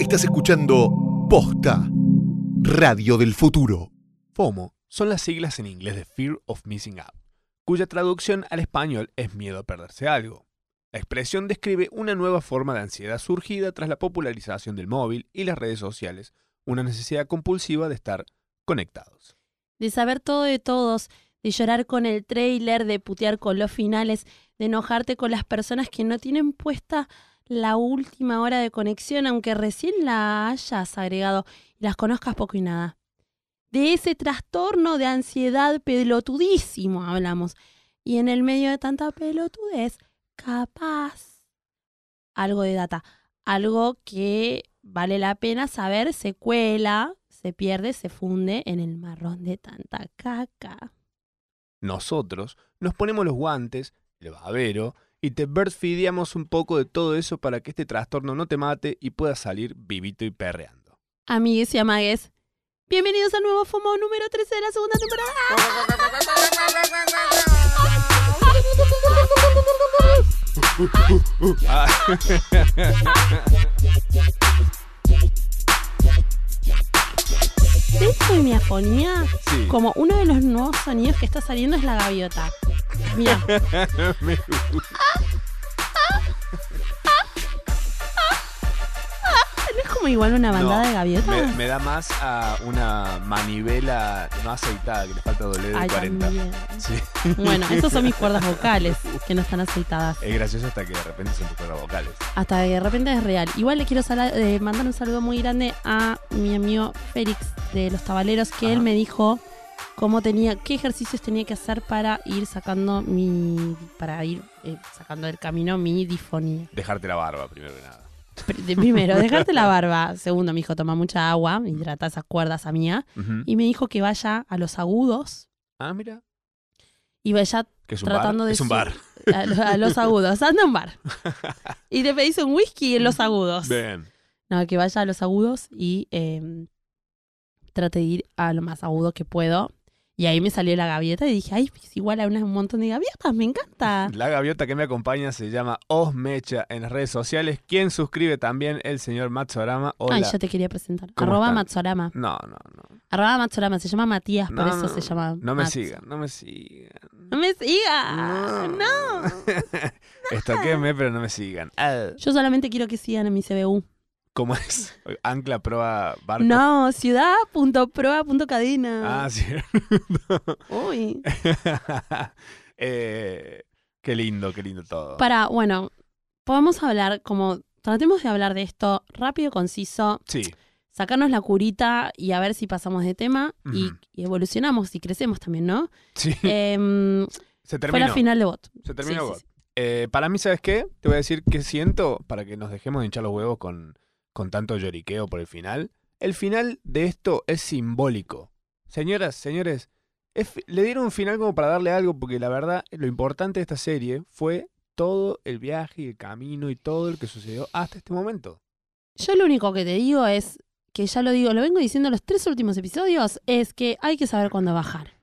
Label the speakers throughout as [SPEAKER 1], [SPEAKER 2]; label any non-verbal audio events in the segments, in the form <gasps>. [SPEAKER 1] Estás escuchando Posta, Radio del Futuro.
[SPEAKER 2] FOMO son las siglas en inglés de Fear of Missing Out, cuya traducción al español es miedo a perderse algo. La expresión describe una nueva forma de ansiedad surgida tras la popularización del móvil y las redes sociales, una necesidad compulsiva de estar conectados.
[SPEAKER 3] de saber todo de todos, de llorar con el trailer, de putear con los finales, de enojarte con las personas que no tienen puesta la última hora de conexión, aunque recién la hayas agregado y las conozcas poco y nada. De ese trastorno de ansiedad pelotudísimo hablamos. Y en el medio de tanta pelotudez, capaz algo de data, algo que vale la pena saber, se cuela, se pierde, se funde en el marrón de tanta caca.
[SPEAKER 2] Nosotros nos ponemos los guantes, el babero, y te birdfideamos un poco de todo eso para que este trastorno no te mate y puedas salir vivito y perreando.
[SPEAKER 3] Amigues y amagues, bienvenidos al nuevo FOMO número 13 de la segunda temporada.
[SPEAKER 2] Ah,
[SPEAKER 3] Dentro de mi afonía,
[SPEAKER 2] sí.
[SPEAKER 3] como uno de los nuevos sonidos que está saliendo es la gaviota. Mira,
[SPEAKER 2] <laughs> Me gusta.
[SPEAKER 3] ¿no es como igual una bandada
[SPEAKER 2] No,
[SPEAKER 3] de gaviotas?
[SPEAKER 2] Me, me da más a una manivela no aceitada que le falta doler de
[SPEAKER 3] Ay,
[SPEAKER 2] 40.
[SPEAKER 3] también.
[SPEAKER 2] Sí. <laughs>
[SPEAKER 3] Bueno, esas son mis cuerdas vocales que no están aceitadas.
[SPEAKER 2] Es gracioso hasta que de repente se tus cuerdas vocales.
[SPEAKER 3] Hasta que de repente es real. Igual le quiero sala- eh, mandar un saludo muy grande a mi amigo Félix de Los Tabaleros, que él
[SPEAKER 2] Ajá.
[SPEAKER 3] me dijo cómo tenía, qué ejercicios tenía que hacer para ir sacando mi. para ir eh, sacando del camino mi difonía.
[SPEAKER 2] Dejarte la barba primero que nada.
[SPEAKER 3] Pr-
[SPEAKER 2] <laughs>
[SPEAKER 3] de- Primero, dejarte la barba. Segundo, me dijo, toma mucha agua, hidrata esas cuerdas a mía.
[SPEAKER 2] Ujú.
[SPEAKER 3] Y me dijo que vaya a los agudos
[SPEAKER 2] Ah, mira.
[SPEAKER 3] y vaya
[SPEAKER 2] Que es un
[SPEAKER 3] Tratando
[SPEAKER 2] bar.
[SPEAKER 3] de
[SPEAKER 2] es un
[SPEAKER 3] su-
[SPEAKER 2] bar.
[SPEAKER 3] a, a los agudos, anda a
[SPEAKER 2] <laughs>
[SPEAKER 3] un bar. Y te pedís un whisky en los agudos.
[SPEAKER 2] Bien.
[SPEAKER 3] No, que vaya a los agudos y eh, trate de ir a lo más agudo que puedo. Y ahí me salió la gaviota y dije, ay, es igual a una- un montón de gaviotas, me encanta.
[SPEAKER 2] La gaviota que me acompaña se llama Osmecha en las redes sociales. Quien suscribe también el señor Matsorama. Hola.
[SPEAKER 3] Ay, ya te quería presentar.
[SPEAKER 2] ¿Cómo
[SPEAKER 3] Arroba
[SPEAKER 2] están?
[SPEAKER 3] Matsorama.
[SPEAKER 2] No, no, no.
[SPEAKER 3] Arroba Matsorama, se llama Matías, por
[SPEAKER 2] No,
[SPEAKER 3] eso
[SPEAKER 2] no,
[SPEAKER 3] se llama
[SPEAKER 2] No me
[SPEAKER 3] Mats.
[SPEAKER 2] sigan, no me sigan.
[SPEAKER 3] No me siga. Ah, No.
[SPEAKER 2] <laughs> Estoquéme, pero no me sigan. Ah,
[SPEAKER 3] Yo solamente quiero que sigan en mi CBU.
[SPEAKER 2] ¿Cómo es? Ancla proa barco.
[SPEAKER 3] No, ciudad.proa.cadena.
[SPEAKER 2] Ah, sí.
[SPEAKER 3] Uy.
[SPEAKER 2] <laughs> Eh, qué lindo, qué lindo todo.
[SPEAKER 3] Para, bueno, podemos hablar como, tratemos de hablar de esto rápido, conciso,
[SPEAKER 2] Sí,
[SPEAKER 3] sacarnos la curita y a ver si pasamos de tema y,
[SPEAKER 2] Ujú.
[SPEAKER 3] y evolucionamos y crecemos también,
[SPEAKER 2] <laughs>
[SPEAKER 3] ¿no?
[SPEAKER 2] sí.
[SPEAKER 3] Em,
[SPEAKER 2] se
[SPEAKER 3] fue la
[SPEAKER 2] terminó.
[SPEAKER 3] final de bot.
[SPEAKER 2] Se terminó.
[SPEAKER 3] Sí,
[SPEAKER 2] God.
[SPEAKER 3] sí, sí.
[SPEAKER 2] Eh, para mí, ¿sabes qué? Te voy a decir qué siento para que nos dejemos de hinchar los huevos con, con tanto lloriqueo por el final. El final de esto es simbólico. Señoras, señores, es fi- le dieron un final como para darle algo, porque la verdad, lo importante de esta serie fue todo el viaje y el camino y todo lo que sucedió hasta este momento.
[SPEAKER 3] Yo lo único que te digo es, que ya lo digo, lo vengo diciendo en los tres últimos episodios, es que hay que saber cuándo bajar.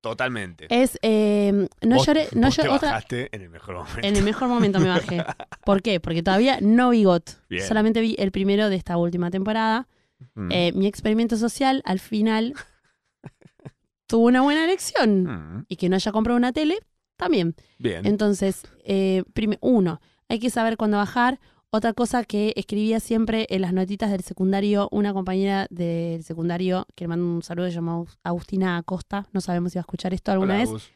[SPEAKER 2] Totalmente.
[SPEAKER 3] Es, em, Eh, no
[SPEAKER 2] Vos-
[SPEAKER 3] lloré, no
[SPEAKER 2] vos te
[SPEAKER 3] lloré, otra,
[SPEAKER 2] bajaste en el mejor momento. <laughs>
[SPEAKER 3] en el mejor momento me bajé. ¿Por qué? Porque todavía no vi GOT.
[SPEAKER 2] Bien.
[SPEAKER 3] Solamente vi el primero de esta última temporada.
[SPEAKER 2] Mm.
[SPEAKER 3] Eh, mi experimento social al final tuvo una buena elección.
[SPEAKER 2] Mm.
[SPEAKER 3] Y que no haya comprado una tele, también.
[SPEAKER 2] Bien.
[SPEAKER 3] Entonces, eh, prime- uno, hay que saber cuándo bajar. Otra cosa que escribía siempre en las notitas del secundario, una compañera del secundario que le mando un saludo, se llama Agus- Agustina Acosta, no sabemos si va a escuchar esto alguna
[SPEAKER 2] Hola,
[SPEAKER 3] vez,
[SPEAKER 2] Agus.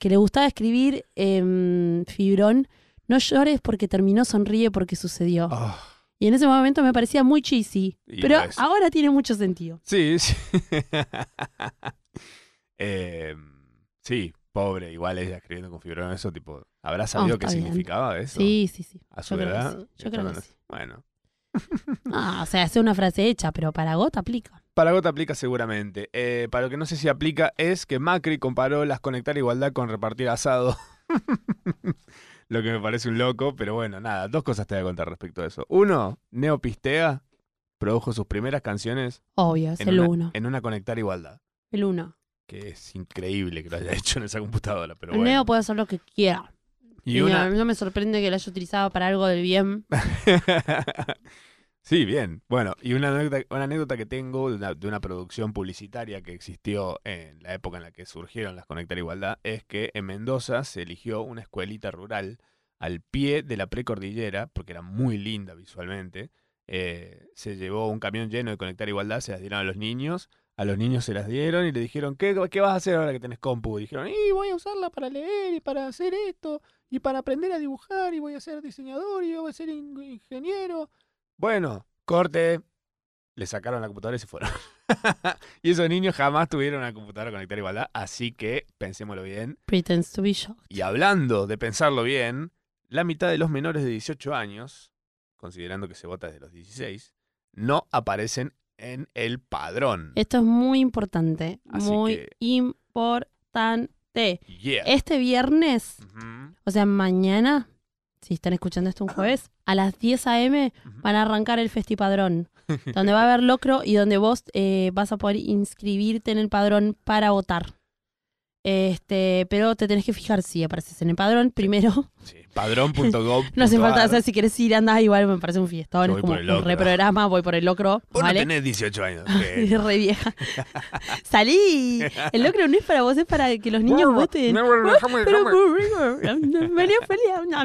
[SPEAKER 3] que le gustaba escribir em, Fibrón, no llores porque terminó, sonríe porque sucedió.
[SPEAKER 2] Oh,
[SPEAKER 3] Y en ese momento me parecía muy cheesy,
[SPEAKER 2] Y
[SPEAKER 3] pero
[SPEAKER 2] lo es.
[SPEAKER 3] ahora tiene mucho sentido.
[SPEAKER 2] Sí, sí. <laughs> Em, sí, pobre, igual ella escribiendo con fibrón eso, tipo, ¿habrá sabido qué
[SPEAKER 3] Oh, está bien.
[SPEAKER 2] significaba eso?
[SPEAKER 3] Sí, sí, sí.
[SPEAKER 2] A su
[SPEAKER 3] yo creo que
[SPEAKER 2] edad.
[SPEAKER 3] sí, yo creo que
[SPEAKER 2] estando-
[SPEAKER 3] sí.
[SPEAKER 2] Bueno.
[SPEAKER 3] Ah, o sea, es una frase hecha, pero para Gota aplica.
[SPEAKER 2] Para Gota aplica seguramente. Eh, para lo que no sé si aplica es que Macri comparó las conectar igualdad con repartir asado. <laughs> lo que me parece un loco, pero bueno, nada, dos cosas te voy a contar respecto a eso. Uno, Neopistea produjo sus primeras canciones
[SPEAKER 3] Obvio, es
[SPEAKER 2] en,
[SPEAKER 3] el
[SPEAKER 2] una,
[SPEAKER 3] uno.
[SPEAKER 2] en una conectar igualdad.
[SPEAKER 3] El uno.
[SPEAKER 2] Que es increíble que lo haya <laughs> hecho en esa computadora, pero
[SPEAKER 3] el
[SPEAKER 2] bueno.
[SPEAKER 3] Neo puede hacer lo que quiera.
[SPEAKER 2] Y
[SPEAKER 3] Y
[SPEAKER 2] una,
[SPEAKER 3] No me sorprende que lo haya utilizado para algo del bien.
[SPEAKER 2] <laughs> Sí, bien. Bueno, y una anécdota, una anécdota que tengo de una, de una producción publicitaria que existió en la época en la que surgieron las Conectar Igualdad es que en Mendoza se eligió una escuelita rural al pie de la precordillera, porque era muy linda visualmente. Eh, se llevó un camión lleno de Conectar Igualdad, se las dieron a los niños. A los niños se las dieron y le dijeron, ¿qué, qué vas a hacer ahora que tenés compu? Y dijeron, y voy a usarla para leer y para hacer esto y para aprender a dibujar y voy a ser diseñador y voy a ser in- ingeniero. Bueno, corte. Le sacaron la computadora y se fueron. <laughs> y esos niños jamás tuvieron una computadora conectar igualdad, así que pensémoslo bien.
[SPEAKER 3] <laughs> Pretends to be shocked.
[SPEAKER 2] Y hablando de pensarlo bien, la mitad de los menores de 18 años, considerando que se vota desde los 16, no aparecen en el padrón.
[SPEAKER 3] Esto es muy importante.
[SPEAKER 2] Así
[SPEAKER 3] muy
[SPEAKER 2] que-
[SPEAKER 3] importante.
[SPEAKER 2] Yeah.
[SPEAKER 3] Este viernes,
[SPEAKER 2] Ujú,
[SPEAKER 3] o sea, mañana, si están
[SPEAKER 2] <laughs>
[SPEAKER 3] escuchando esto un jueves, a las 10 a.m.
[SPEAKER 2] ujú.
[SPEAKER 3] van a arrancar
[SPEAKER 2] <laughs>
[SPEAKER 3] el Festipadrón, donde va a haber locro y donde vos eh, vas a poder inscribirte en el padrón para votar. Este, pero te tenés que fijar si apareces en el padrón primero.
[SPEAKER 2] Sí, padrón.gov.
[SPEAKER 3] <laughs> No hace falta hacer si querés ir, andás igual, me parece un fiestón,
[SPEAKER 2] Yo voy
[SPEAKER 3] es como
[SPEAKER 2] por el
[SPEAKER 3] un
[SPEAKER 2] locro.
[SPEAKER 3] reprograma, voy por el locro,
[SPEAKER 2] Vos no
[SPEAKER 3] ¿vale?
[SPEAKER 2] tenés 18 años.
[SPEAKER 3] Es
[SPEAKER 2] ¿qué?
[SPEAKER 3] <laughs> Re vieja. <laughs> Salí. El locro no es para vos, es para que los niños voten. Pero aburrido. <laughs> María Felia.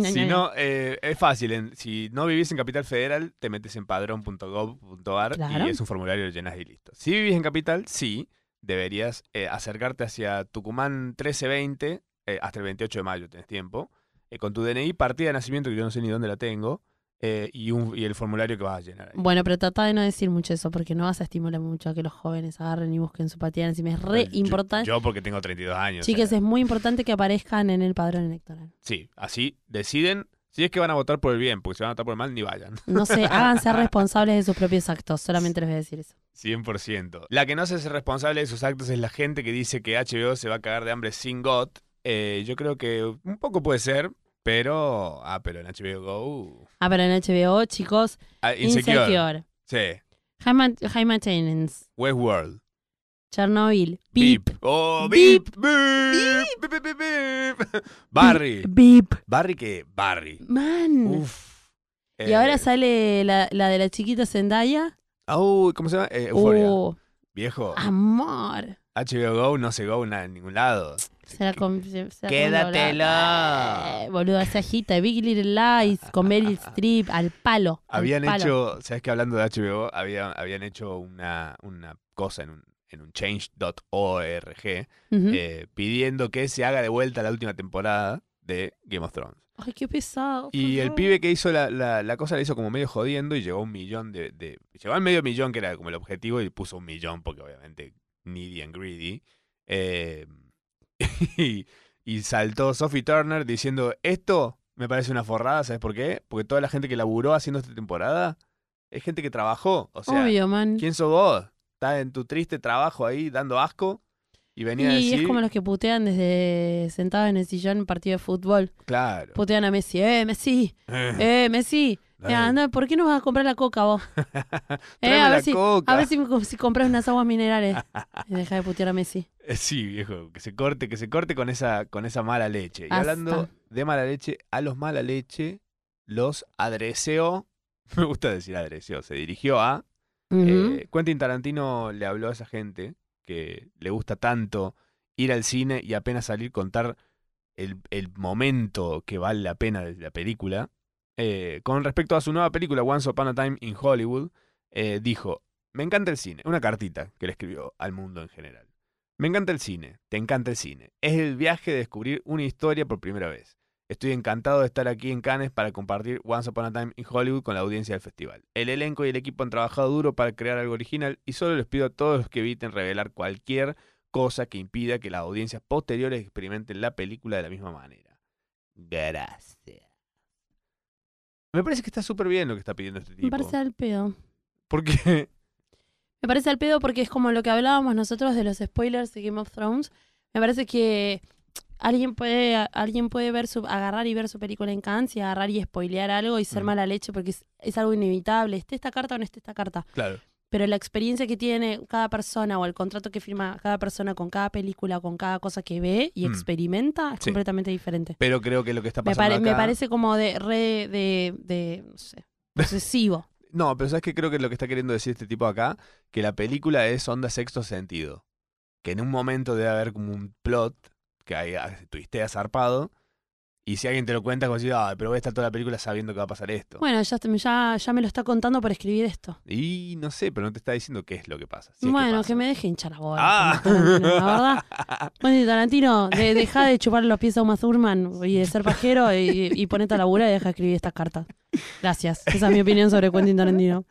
[SPEAKER 2] <laughs> Si no, eh, es fácil. en- si no vivís en Capital Federal, te metes en padrón.gov.ar
[SPEAKER 3] Claro.
[SPEAKER 2] y es un formulario, lo llenas y listo. Si vivís en Capital, sí, deberías eh, acercarte hacia Tucumán 1320, eh, hasta el 28 de mayo tenés tiempo, eh, con tu DNI, partida de nacimiento, que yo no sé ni dónde la tengo, eh, y, un- y el formulario que vas a llenar. ahí.
[SPEAKER 3] Bueno, pero trata de no decir mucho eso porque no vas a estimular mucho a que los jóvenes agarren y busquen su partida. Encima es re
[SPEAKER 2] Yo-
[SPEAKER 3] importante.
[SPEAKER 2] Yo, porque tengo 32 años.
[SPEAKER 3] Chicas,
[SPEAKER 2] eh,
[SPEAKER 3] es muy importante que aparezcan en el padrón electoral.
[SPEAKER 2] Sí, así deciden. Si es que van a votar por el bien, porque si van a votar por el mal, ni vayan.
[SPEAKER 3] No sé, hagan
[SPEAKER 2] <laughs>
[SPEAKER 3] ser responsables de sus propios actos. Solamente les voy a decir eso.
[SPEAKER 2] 100%. La que no se hace responsable de sus actos es la gente que dice que HBO se va a cagar de hambre sin GOT. Eh, yo creo que un poco puede ser, pero. Ah, pero en HBO Go. uh.
[SPEAKER 3] Ah, pero en HBO, chicos,
[SPEAKER 2] Ah, Insecure.
[SPEAKER 3] Insecure,
[SPEAKER 2] Sí.
[SPEAKER 3] High, Man- High Maintenance,
[SPEAKER 2] Westworld.
[SPEAKER 3] Chernobyl, Beep,
[SPEAKER 2] Oh,
[SPEAKER 3] Beep.
[SPEAKER 2] beep. Beep. Beep, beep, beep, beep. <laughs> Barry.
[SPEAKER 3] Beep,
[SPEAKER 2] Barry que Barry.
[SPEAKER 3] man.
[SPEAKER 2] Uf.
[SPEAKER 3] Y
[SPEAKER 2] Eh,
[SPEAKER 3] ahora sale la, la de la chiquita Zendaya.
[SPEAKER 2] ah, uy, ¿Cómo se llama? Eh, Euphoria.
[SPEAKER 3] Oh,
[SPEAKER 2] Viejo.
[SPEAKER 3] amor.
[SPEAKER 2] HBO Go no se go na- en ningún lado.
[SPEAKER 3] Se la com- se- se la
[SPEAKER 2] Quédatelo.
[SPEAKER 3] comió, eh, Boludo, esa hijita, Big Little Lies, con Meryl Streep, al palo. al
[SPEAKER 2] Habían
[SPEAKER 3] palo.
[SPEAKER 2] hecho, sabes que hablando de HBO, había- habían hecho una, una cosa en un, en un change.org
[SPEAKER 3] Ujú.
[SPEAKER 2] eh, pidiendo que se haga de vuelta la última temporada de Game of Thrones.
[SPEAKER 3] Ay, qué pesado.
[SPEAKER 2] Y
[SPEAKER 3] por
[SPEAKER 2] el
[SPEAKER 3] favor.
[SPEAKER 2] pibe que hizo la, la- la cosa la hizo como medio jodiendo y llegó a un millón de, de- Llegó al medio millón, que era como el objetivo, y puso un millón, porque obviamente needy and greedy. Eh, <laughs> y, y saltó Sophie Turner diciendo: Esto me parece una forrada, ¿sabes por qué? Porque toda la gente que laburó haciendo esta temporada es gente que trabajó. O sea,
[SPEAKER 3] Obvio, man.
[SPEAKER 2] ¿quién sos vos? Estás en tu triste trabajo ahí dando asco y venía a
[SPEAKER 3] Y
[SPEAKER 2] decir.
[SPEAKER 3] es como los que putean desde sentados en el sillón en un partido de fútbol.
[SPEAKER 2] Claro.
[SPEAKER 3] Putean a Messi. Eh, Messi. Eh, Messi.
[SPEAKER 2] Dale.
[SPEAKER 3] Eh, anda, ¿Por qué no vas a comprar la
[SPEAKER 2] <laughs>
[SPEAKER 3] coca vos? Eh,
[SPEAKER 2] Tráeme
[SPEAKER 3] a
[SPEAKER 2] la
[SPEAKER 3] ver si,
[SPEAKER 2] coca.
[SPEAKER 3] a ver si, me- si compras unas aguas minerales. Deja de putear a Messi.
[SPEAKER 2] Eh, Sí, viejo, que se corte, que se corte con esa, con esa mala leche. Y
[SPEAKER 3] Basta.
[SPEAKER 2] hablando de mala leche, a los mala leche los adreseó, <laughs> me gusta decir adreseó, se dirigió a... <laughs>
[SPEAKER 3] Ujú.
[SPEAKER 2] eh, Quentin Tarantino le habló a esa gente que le gusta tanto ir al cine y apenas salir contar el, el momento que vale la pena de la película. Eh, con respecto a su nueva película, Once Upon a Time in Hollywood, eh, dijo, me encanta el cine, una cartita que le escribió al mundo en general. Me encanta el cine, te encanta el cine. Es el viaje de descubrir una historia por primera vez. Estoy encantado de estar aquí en Cannes para compartir Once Upon a Time in Hollywood con la audiencia del festival. El elenco y el equipo han trabajado duro para crear algo original y solo les pido a todos los que eviten revelar cualquier cosa que impida que las audiencias posteriores experimenten la película de la misma manera. Gracias. Me parece que está súper bien lo que está pidiendo este
[SPEAKER 3] Me
[SPEAKER 2] tipo.
[SPEAKER 3] parece al pedo.
[SPEAKER 2] Porque <laughs>
[SPEAKER 3] Me parece al pedo porque es como lo que hablábamos nosotros de los spoilers de Game of Thrones. Me parece que alguien puede, alguien puede ver su, agarrar y ver su película en Cannes y agarrar y spoilear algo y ser
[SPEAKER 2] Mm.
[SPEAKER 3] mala leche porque es, es algo inevitable. Esté esta carta Este, o no esté esta carta.
[SPEAKER 2] Claro.
[SPEAKER 3] pero la experiencia que tiene cada persona o el contrato que firma cada persona con cada película o con cada cosa que ve y
[SPEAKER 2] Mm.
[SPEAKER 3] experimenta es
[SPEAKER 2] Sí.
[SPEAKER 3] completamente diferente.
[SPEAKER 2] Pero creo que lo que está
[SPEAKER 3] Me,
[SPEAKER 2] pasando
[SPEAKER 3] pare- me
[SPEAKER 2] acá-
[SPEAKER 3] parece como de re de, de no sé,
[SPEAKER 2] <laughs>
[SPEAKER 3] obsesivo.
[SPEAKER 2] No, pero sabes que creo que lo que está queriendo decir este tipo acá, que la película es onda sexto sentido. Que en un momento debe haber como un plot que ahí ah, twistea zarpado. Y si alguien te lo cuenta, como decir, ah, pero voy a estar toda la película sabiendo que va a pasar esto.
[SPEAKER 3] Bueno, ya, te- ya, ya me lo está contando por escribir esto.
[SPEAKER 2] Y no sé, pero no te está diciendo qué es lo que pasa. si es que
[SPEAKER 3] bueno, que,
[SPEAKER 2] pasa.
[SPEAKER 3] me deje hinchar la bola.
[SPEAKER 2] Ah.
[SPEAKER 3] con Tarantino,
[SPEAKER 2] <laughs>
[SPEAKER 3] la verdad. Bueno, y Tarantino, de, deja de chupar los pies a Uma Thurman y de ser pajero y, y ponete a labura y deja de escribir estas cartas. Gracias. Esa es mi opinión sobre Quentin Tarantino.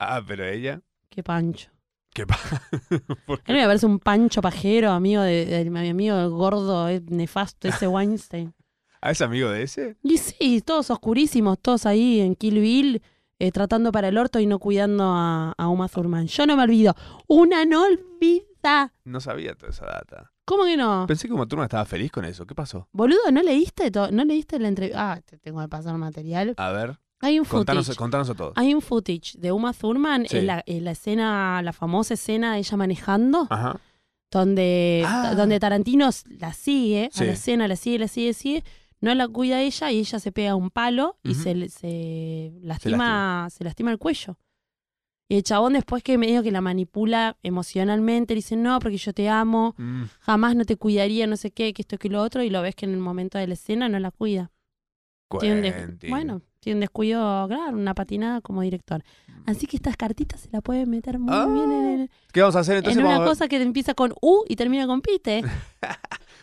[SPEAKER 2] Ah, pero ella.
[SPEAKER 3] Qué pancho.
[SPEAKER 2] ¿Qué <laughs> pasa?
[SPEAKER 3] A mí me parece un pancho pajero, amigo de, de mi amigo el gordo, eh,
[SPEAKER 2] <laughs>
[SPEAKER 3] nefasto, ese Weinstein.
[SPEAKER 2] ¿A ese ah, amigo de ese?
[SPEAKER 3] Y sí, todos oscurísimos, todos ahí en Kill Bill, eh, tratando para el orto y no cuidando a, a Uma Thurman. Yo no me olvido. Una no olvida.
[SPEAKER 2] No sabía toda esa data.
[SPEAKER 3] ¿Cómo que no?
[SPEAKER 2] Pensé que Maturma estaba feliz con eso. ¿Qué pasó?
[SPEAKER 3] Boludo, ¿no leíste, to- ¿no leíste la entrevista? Ah, te tengo que pasar material.
[SPEAKER 2] A ver,
[SPEAKER 3] Hay un
[SPEAKER 2] contanos,
[SPEAKER 3] footage.
[SPEAKER 2] contanos a todos.
[SPEAKER 3] Hay un footage de Uma Thurman
[SPEAKER 2] Sí.
[SPEAKER 3] en, la, en la escena, la famosa escena de ella manejando.
[SPEAKER 2] Ajá.
[SPEAKER 3] donde,
[SPEAKER 2] Ah.
[SPEAKER 3] donde Tarantino s- la sigue,
[SPEAKER 2] Sí.
[SPEAKER 3] a la escena la sigue, la sigue, sigue, no la cuida ella y ella se pega un palo y
[SPEAKER 2] Ujú.
[SPEAKER 3] se, le- se, lastima, se lastima el cuello. Y el chabón después que medio que la manipula emocionalmente, le dice, no, porque yo te amo,
[SPEAKER 2] Mm,
[SPEAKER 3] jamás no te cuidaría, no sé qué, que esto, que lo otro, y lo ves que en el momento de la escena no la cuida. Tiene un des-
[SPEAKER 2] Quentin.
[SPEAKER 3] bueno, tiene un descuido, claro, una patinada como director. Así que estas cartitas se las pueden meter muy
[SPEAKER 2] Ah.
[SPEAKER 3] bien en, el-
[SPEAKER 2] ¿Qué vamos a hacer entonces?
[SPEAKER 3] en una
[SPEAKER 2] vamos, a-
[SPEAKER 3] cosa que empieza con U y termina con Pite.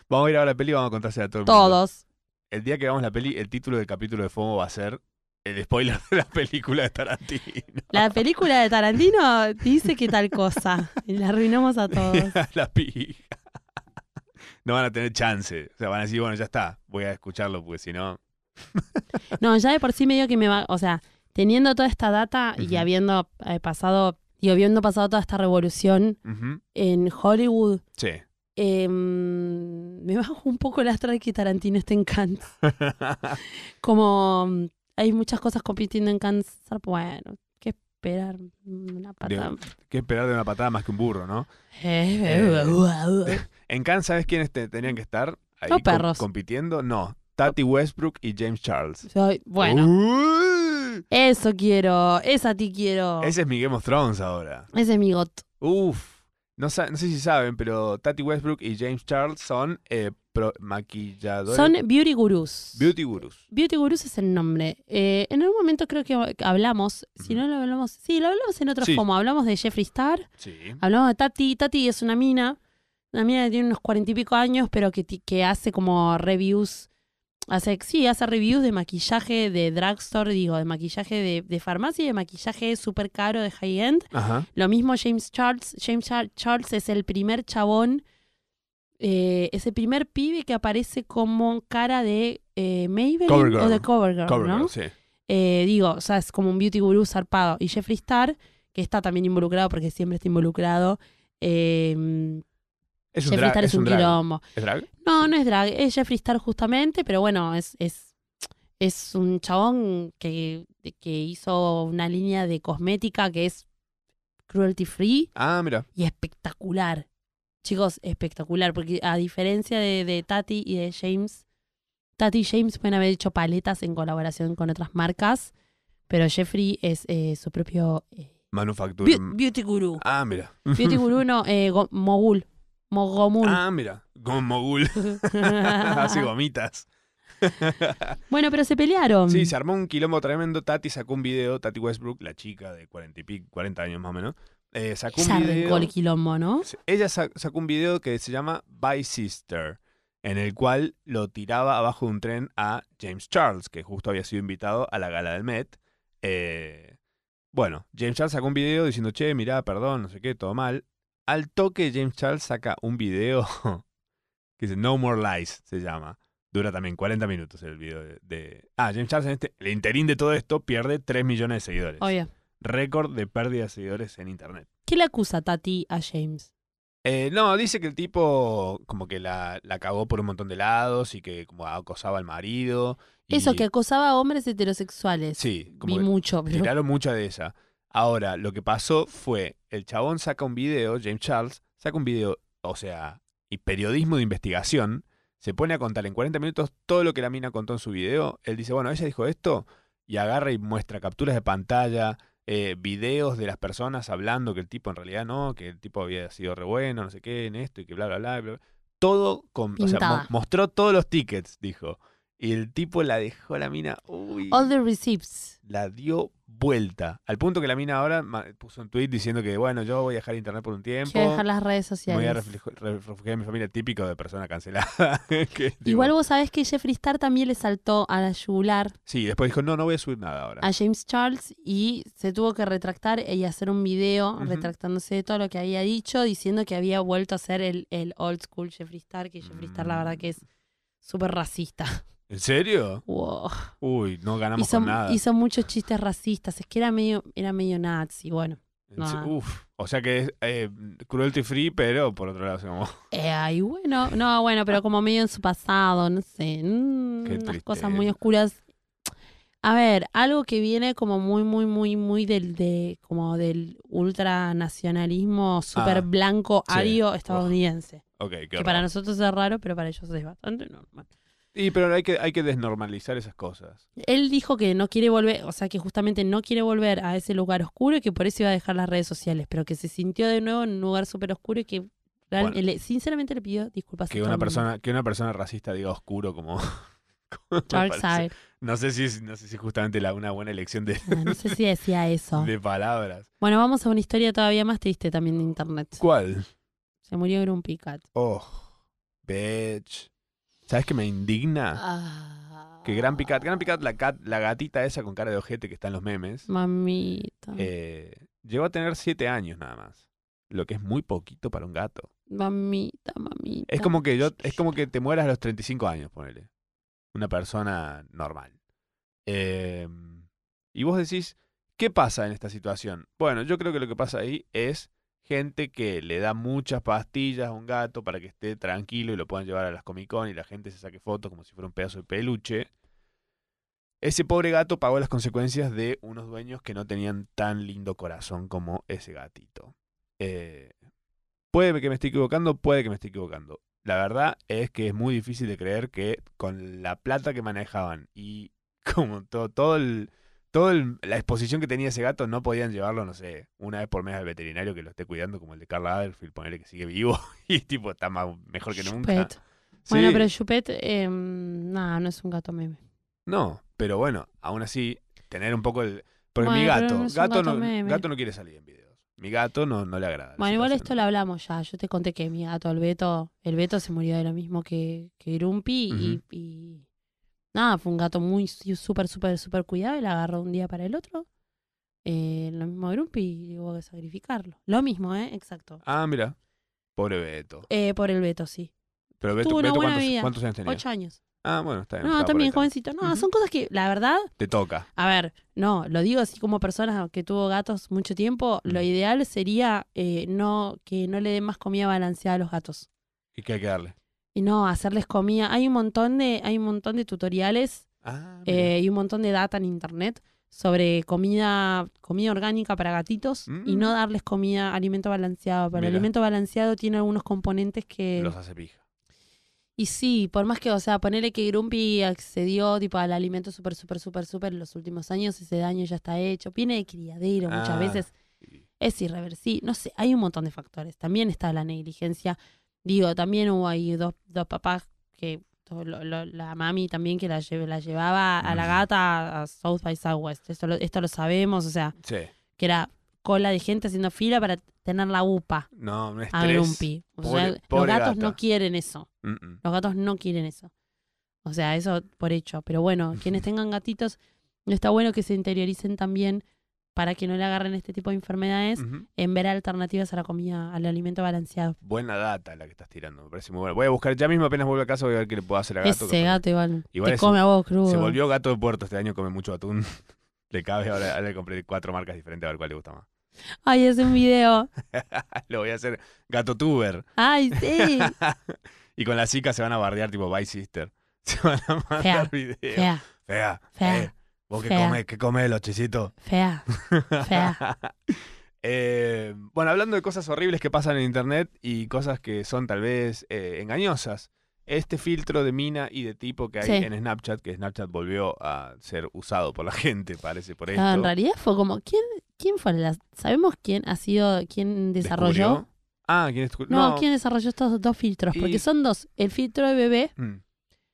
[SPEAKER 2] vamos a ir a ver la peli y vamos a contársela a todo el mundo.
[SPEAKER 3] Todos.
[SPEAKER 2] El día que veamos la peli, el título del capítulo de FOMO va a ser el spoiler de la película de Tarantino.
[SPEAKER 3] La película de Tarantino dice que tal cosa. Y la arruinamos a
[SPEAKER 2] <laughs>
[SPEAKER 3] todos.
[SPEAKER 2] la pija. No van a tener chance. O sea, van a decir, bueno, ya está, voy a escucharlo porque si no.
[SPEAKER 3] No, ya de por sí medio que me va. O sea, teniendo toda esta data y
[SPEAKER 2] Ujú.
[SPEAKER 3] habiendo eh, pasado. Y habiendo pasado toda esta revolución
[SPEAKER 2] Ujú.
[SPEAKER 3] en Hollywood,
[SPEAKER 2] Sí.
[SPEAKER 3] eh, me bajo un poco el astro de que Tarantino esté en Cannes. Como mm, hay muchas cosas compitiendo en Cannes, bueno, qué esperar una pata.
[SPEAKER 2] Digo, ¿Qué esperar de una patada más que un burro, no?
[SPEAKER 3] Eh,
[SPEAKER 2] En Cannes, ¿sabes quiénes te- tenían que estar? Ahí
[SPEAKER 3] Los
[SPEAKER 2] com-
[SPEAKER 3] perros.
[SPEAKER 2] compitiendo. No, Tati Westbrook y James Charles.
[SPEAKER 3] soy- bueno,
[SPEAKER 2] ¡Uh!
[SPEAKER 3] Eso quiero, esa a ti quiero. Ese,
[SPEAKER 2] Ese es mi Game of Thrones ahora.
[SPEAKER 3] es mi got.
[SPEAKER 2] Uf, no, sa- no sé si saben, pero Tati Westbrook y James Charles son eh, pro- maquilladores.
[SPEAKER 3] Son beauty gurus.
[SPEAKER 2] beauty gurus.
[SPEAKER 3] Beauty gurus es el nombre. Eh, en algún momento creo que hablamos, si
[SPEAKER 2] Ujú.
[SPEAKER 3] no lo hablamos, sí, lo hablamos en otro
[SPEAKER 2] Sí.
[SPEAKER 3] FOMO. Hablamos de Jeffree Star,
[SPEAKER 2] Sí.
[SPEAKER 3] hablamos de Tati. Tati es una mina, una mina que tiene unos cuarenta y pico años, pero que, ti- que hace como reviews. Hace, sí, hace reviews de maquillaje de drugstore, digo, de maquillaje de, de farmacia y de maquillaje súper caro de high-end.
[SPEAKER 2] Ajá.
[SPEAKER 3] Lo mismo James Charles. James Char- Charles es el primer chabón, eh, es el primer pibe que aparece como cara de eh, Maybelline
[SPEAKER 2] Covergirl.
[SPEAKER 3] o de Covergirl,
[SPEAKER 2] Covergirl,
[SPEAKER 3] Ah, ¿no?
[SPEAKER 2] sí.
[SPEAKER 3] Eh, digo, o sea, es como un beauty guru zarpado. Y Jeffree Star, que está también involucrado porque siempre está involucrado. eh,
[SPEAKER 2] Es un
[SPEAKER 3] Jeffree
[SPEAKER 2] drag.
[SPEAKER 3] Star es, un
[SPEAKER 2] drag.
[SPEAKER 3] quilombo.
[SPEAKER 2] ¿Es drag?
[SPEAKER 3] No, no es drag, es Jeffree Star justamente, pero bueno, es, es, es un chabón que, que hizo una línea de cosmética que es cruelty free
[SPEAKER 2] Ah, mira.
[SPEAKER 3] y espectacular. Chicos, espectacular, porque a diferencia de, de Tati y de James, Tati y James pueden haber hecho paletas en colaboración con otras marcas, pero Jeffrey es eh, su propio eh,
[SPEAKER 2] Manufactura.
[SPEAKER 3] beau- beauty guru.
[SPEAKER 2] <laughs> Ah, mira.
[SPEAKER 3] Beauty guru no, eh, go- mogul. Mogomul.
[SPEAKER 2] Ah, <laughs> mira. Con <laughs>
[SPEAKER 3] <laughs>
[SPEAKER 2] mogul. Hace gomitas.
[SPEAKER 3] bueno, pero se pelearon.
[SPEAKER 2] Sí, se armó un quilombo tremendo. Tati sacó un video. Tati Westbrook, la chica de 40, y pico, 40 años más o menos. eh, sacó
[SPEAKER 3] Se
[SPEAKER 2] un
[SPEAKER 3] arrancó
[SPEAKER 2] video.
[SPEAKER 3] el quilombo, ¿no?
[SPEAKER 2] Sí, Ella sa- sacó un video que se llama By Sister, en el cual lo tiraba abajo de un tren a James Charles, que justo había sido invitado a la gala del Met. Eh, bueno, James Charles sacó un video diciendo, che, mirá, perdón, no sé qué, todo mal. Al toque, James Charles saca un video <laughs> que dice No More Lies, se llama. Dura también 40 minutos el video de... de- Ah, James Charles en este, el interín de todo esto pierde 3 millones de seguidores.
[SPEAKER 3] Oye,
[SPEAKER 2] Récord de pérdida de seguidores en Internet.
[SPEAKER 3] ¿qué le acusa Tati a James?
[SPEAKER 2] Eh, no, dice que el tipo como que la, la cagó por un montón de lados y que como acosaba al marido. y-
[SPEAKER 3] Eso, que acosaba a hombres heterosexuales.
[SPEAKER 2] Sí, como
[SPEAKER 3] Vi
[SPEAKER 2] que
[SPEAKER 3] mucho, pero
[SPEAKER 2] tiraron mucha de esa. Ahora, lo que pasó fue, el chabón saca un video, James Charles, saca un video, o sea, y periodismo de investigación, se pone a contar en 40 minutos todo lo que la mina contó en su video. Él dice, bueno, ella dijo esto, y agarra y muestra capturas de pantalla, eh, videos de las personas hablando que el tipo en realidad no, que el tipo había sido re bueno, no sé qué, en esto, y que bla, bla, bla, bla. bla. Todo, con, o sea,
[SPEAKER 3] Pintada.
[SPEAKER 2] mo- mostró todos los tickets, dijo. Y el tipo la dejó a la mina, uy
[SPEAKER 3] All the receipts.
[SPEAKER 2] la dio vuelta. Al punto que la mina ahora ma- puso un tweet diciendo que, bueno, yo voy a dejar internet por un tiempo.
[SPEAKER 3] Quiero dejar las redes
[SPEAKER 2] me voy a
[SPEAKER 3] sociales.
[SPEAKER 2] reflejo- re- refugiar en mi familia típico de persona cancelada. <laughs> que, tipo,
[SPEAKER 3] Igual vos sabés que Jeffree Star también le saltó a la yugular
[SPEAKER 2] Sí, después dijo, no, no voy a subir nada ahora.
[SPEAKER 3] a James Charles y se tuvo que retractar y hacer un video
[SPEAKER 2] Ujú.
[SPEAKER 3] retractándose de todo lo que había dicho, diciendo que había vuelto a ser el, el old school Jeffree Star, que Jeffree Star la verdad que es súper racista. <laughs>
[SPEAKER 2] ¿En serio?
[SPEAKER 3] Wow.
[SPEAKER 2] Uy, no ganamos
[SPEAKER 3] Hizo,
[SPEAKER 2] con nada.
[SPEAKER 3] hizo muchos chistes racistas, es que era medio, era medio nazi, bueno.
[SPEAKER 2] En se-
[SPEAKER 3] nada.
[SPEAKER 2] Uf. O sea que es eh, cruelty free, pero por otro lado, es como,
[SPEAKER 3] Eh, ay, bueno, no, bueno, pero como medio en su pasado, no sé, mm,
[SPEAKER 2] Qué
[SPEAKER 3] unas cosas muy
[SPEAKER 2] tristeza.
[SPEAKER 3] oscuras. A ver, algo que viene como muy, muy, muy, muy del, de, como del ultranacionalismo súper
[SPEAKER 2] Ah,
[SPEAKER 3] blanco,
[SPEAKER 2] sí.
[SPEAKER 3] ario estadounidense.
[SPEAKER 2] ok, qué
[SPEAKER 3] que para
[SPEAKER 2] horror.
[SPEAKER 3] nosotros es raro, pero para ellos es bastante normal.
[SPEAKER 2] Y pero hay que, hay que desnormalizar esas cosas.
[SPEAKER 3] Él dijo que no quiere volver, o sea, que justamente no quiere volver a ese lugar oscuro y que por eso iba a dejar las redes sociales, pero que se sintió de nuevo en un lugar súper oscuro y que real-
[SPEAKER 2] Bueno.
[SPEAKER 3] le- sinceramente le pidió disculpas a
[SPEAKER 2] Que
[SPEAKER 3] todo
[SPEAKER 2] una
[SPEAKER 3] el mundo.
[SPEAKER 2] persona, que una persona racista diga oscuro como. <laughs> como me
[SPEAKER 3] Dark
[SPEAKER 2] parece.
[SPEAKER 3] side.
[SPEAKER 2] No sé si es, no sé si es justamente la, una buena elección de,
[SPEAKER 3] Ah, No sé si decía eso.
[SPEAKER 2] de palabras.
[SPEAKER 3] Bueno, vamos a una historia todavía más triste también de internet.
[SPEAKER 2] ¿Cuál?
[SPEAKER 3] Se murió Grumpy Cat.
[SPEAKER 2] Oh, bitch. ¿Sabes qué me indigna? Ah. Que Gran Picat, Gran Picat, la, cat- la gatita esa con cara de ojete que está en los memes,
[SPEAKER 3] Mamita.
[SPEAKER 2] eh, llegó a tener siete años nada más. Lo que es muy poquito para un gato.
[SPEAKER 3] Mamita, mamita.
[SPEAKER 2] Es como que yo, es como que te mueras a los 35 años, ponele. Una persona normal. Eh, y vos decís, ¿qué pasa en esta situación? Bueno, yo creo que lo que pasa ahí es gente que le da muchas pastillas a un gato para que esté tranquilo y lo puedan llevar a las Comic Con y la gente se saque fotos como si fuera un pedazo de peluche. Ese pobre gato pagó las consecuencias de unos dueños que no tenían tan lindo corazón como ese gatito. Eh, Puede que me esté equivocando, puede que me esté equivocando. La verdad es que es muy difícil de creer que con la plata que manejaban y <laughs> como todo, todo el, todo el- la exposición que tenía ese gato, no podían llevarlo, no sé, una vez por mes al veterinario que lo esté cuidando, como el de Carla Adelfield, ponerle que sigue vivo <laughs> y tipo está más, mejor que nunca.
[SPEAKER 3] Chupet. pues, Bueno,
[SPEAKER 2] Sí,
[SPEAKER 3] pero Chupet, eh, nada, no es un gato meme.
[SPEAKER 2] No, pero bueno, aún así, tener un poco el... Porque mi
[SPEAKER 3] Bueno, pero
[SPEAKER 2] gato,
[SPEAKER 3] no es un
[SPEAKER 2] gato,
[SPEAKER 3] gato
[SPEAKER 2] no,
[SPEAKER 3] meme.
[SPEAKER 2] gato no quiere salir en videos. Mi gato no, no le agrada. la
[SPEAKER 3] Bueno, igual esto
[SPEAKER 2] situación.
[SPEAKER 3] lo hablamos ya. Yo te conté que mi gato, el Beto, el Beto se murió de lo mismo que, que Grumpy y-
[SPEAKER 2] Ujú.
[SPEAKER 3] y, nada, fue un gato muy su- súper, súper, súper cuidado y la agarró de un día para el otro. Eh, lo mismo Grumpy y hubo que sacrificarlo. Lo mismo, ¿eh? Exacto.
[SPEAKER 2] Ah, mira. Pobre Beto.
[SPEAKER 3] Eh, por el Beto, sí.
[SPEAKER 2] Pero Beto,
[SPEAKER 3] Tuvo una
[SPEAKER 2] Beto,
[SPEAKER 3] buena
[SPEAKER 2] ¿cuántos,
[SPEAKER 3] vida.
[SPEAKER 2] cuántos años tenía?
[SPEAKER 3] Ocho años.
[SPEAKER 2] Ah, bueno, está bien.
[SPEAKER 3] No,
[SPEAKER 2] estaba por
[SPEAKER 3] también
[SPEAKER 2] ahí
[SPEAKER 3] jovencito. No,
[SPEAKER 2] Ujú.
[SPEAKER 3] son cosas que, la verdad,
[SPEAKER 2] Te toca.
[SPEAKER 3] a ver, no, lo digo así como persona que tuvo gatos mucho tiempo, lo
[SPEAKER 2] Mm.
[SPEAKER 3] ideal sería eh, no que no le den más comida balanceada a los gatos.
[SPEAKER 2] ¿Y qué hay que darle?
[SPEAKER 3] Y no, hacerles comida. Hay un montón de, hay un montón de tutoriales
[SPEAKER 2] Ah, mira.
[SPEAKER 3] eh, y un montón de data en internet sobre comida, comida orgánica para gatitos y
[SPEAKER 2] Mm.
[SPEAKER 3] no darles comida, alimento balanceado. Pero el
[SPEAKER 2] Mira.
[SPEAKER 3] alimento balanceado tiene algunos componentes que.
[SPEAKER 2] Los hace pija.
[SPEAKER 3] Y sí, por más que, o sea, ponerle que Grumpy accedió tipo al alimento súper, súper, súper, súper en los últimos años, ese daño ya está hecho. Viene de criadero muchas
[SPEAKER 2] Ah.
[SPEAKER 3] veces
[SPEAKER 2] Y-
[SPEAKER 3] es irreversible. No sé, hay un montón de factores. También está la negligencia. Digo, también hubo ahí dos, dos papás que to- lo- lo- la mami también que la, lle- la llevaba a la
[SPEAKER 2] Mm.
[SPEAKER 3] gata a South by Southwest. Esto lo, esto lo sabemos, o sea,
[SPEAKER 2] Sí.
[SPEAKER 3] que era cola de gente haciendo fila para tener la UPA
[SPEAKER 2] No, un
[SPEAKER 3] a
[SPEAKER 2] estrés.
[SPEAKER 3] Grumpy. O sea,
[SPEAKER 2] Pobre-
[SPEAKER 3] los
[SPEAKER 2] pobre
[SPEAKER 3] gatos
[SPEAKER 2] gata.
[SPEAKER 3] no quieren eso.
[SPEAKER 2] Mm, mm.
[SPEAKER 3] Los gatos no quieren eso. O sea, eso por hecho. Pero bueno, quienes tengan gatitos, está bueno que se interioricen también para que no le agarren este tipo de enfermedades
[SPEAKER 2] Ujú.
[SPEAKER 3] en ver alternativas a la comida, al alimento balanceado.
[SPEAKER 2] Buena data la que estás tirando. Me parece muy buena. Voy a buscar, ya mismo apenas vuelvo a casa, voy a ver qué le puedo hacer a gato. que
[SPEAKER 3] Ese gato igual,
[SPEAKER 2] Igual
[SPEAKER 3] te
[SPEAKER 2] es
[SPEAKER 3] come
[SPEAKER 2] un-
[SPEAKER 3] a vos crudo.
[SPEAKER 2] Se volvió gato de puerto este año, come mucho atún. <laughs> le cabe, ahora, ahora le compré cuatro marcas diferentes a ver cuál le gusta más. <laughs>
[SPEAKER 3] Ay, es un video.
[SPEAKER 2] Lo voy a hacer gato tuber. <laughs>
[SPEAKER 3] Ay, sí.
[SPEAKER 2] y con <laughs> las chicas se van a bardear tipo Bye Sister. Se van a mandar videos.
[SPEAKER 3] Fea,
[SPEAKER 2] Fea.
[SPEAKER 3] fea.
[SPEAKER 2] eh. Vos que
[SPEAKER 3] Fea.
[SPEAKER 2] comés, que comés los chisitos.
[SPEAKER 3] Fea, fea.
[SPEAKER 2] <laughs> Eh, bueno, hablando de cosas horribles que pasan en internet y cosas que son tal vez eh, engañosas, este filtro de mina y de tipo que hay
[SPEAKER 3] Sí.
[SPEAKER 2] en Snapchat, que Snapchat volvió a ser usado por la <laughs> gente, parece, por esto.
[SPEAKER 3] Ah, en realidad fue como, ¿quién, quién fue? la- ¿Sabemos quién ha sido, quién desarrolló?
[SPEAKER 2] ¿Descubrió? Ah, ¿quién descubrió?
[SPEAKER 3] No,
[SPEAKER 2] No.
[SPEAKER 3] ¿quién desarrolló estos dos filtros?
[SPEAKER 2] Y-
[SPEAKER 3] Porque son dos. El filtro de bebé
[SPEAKER 2] Mm.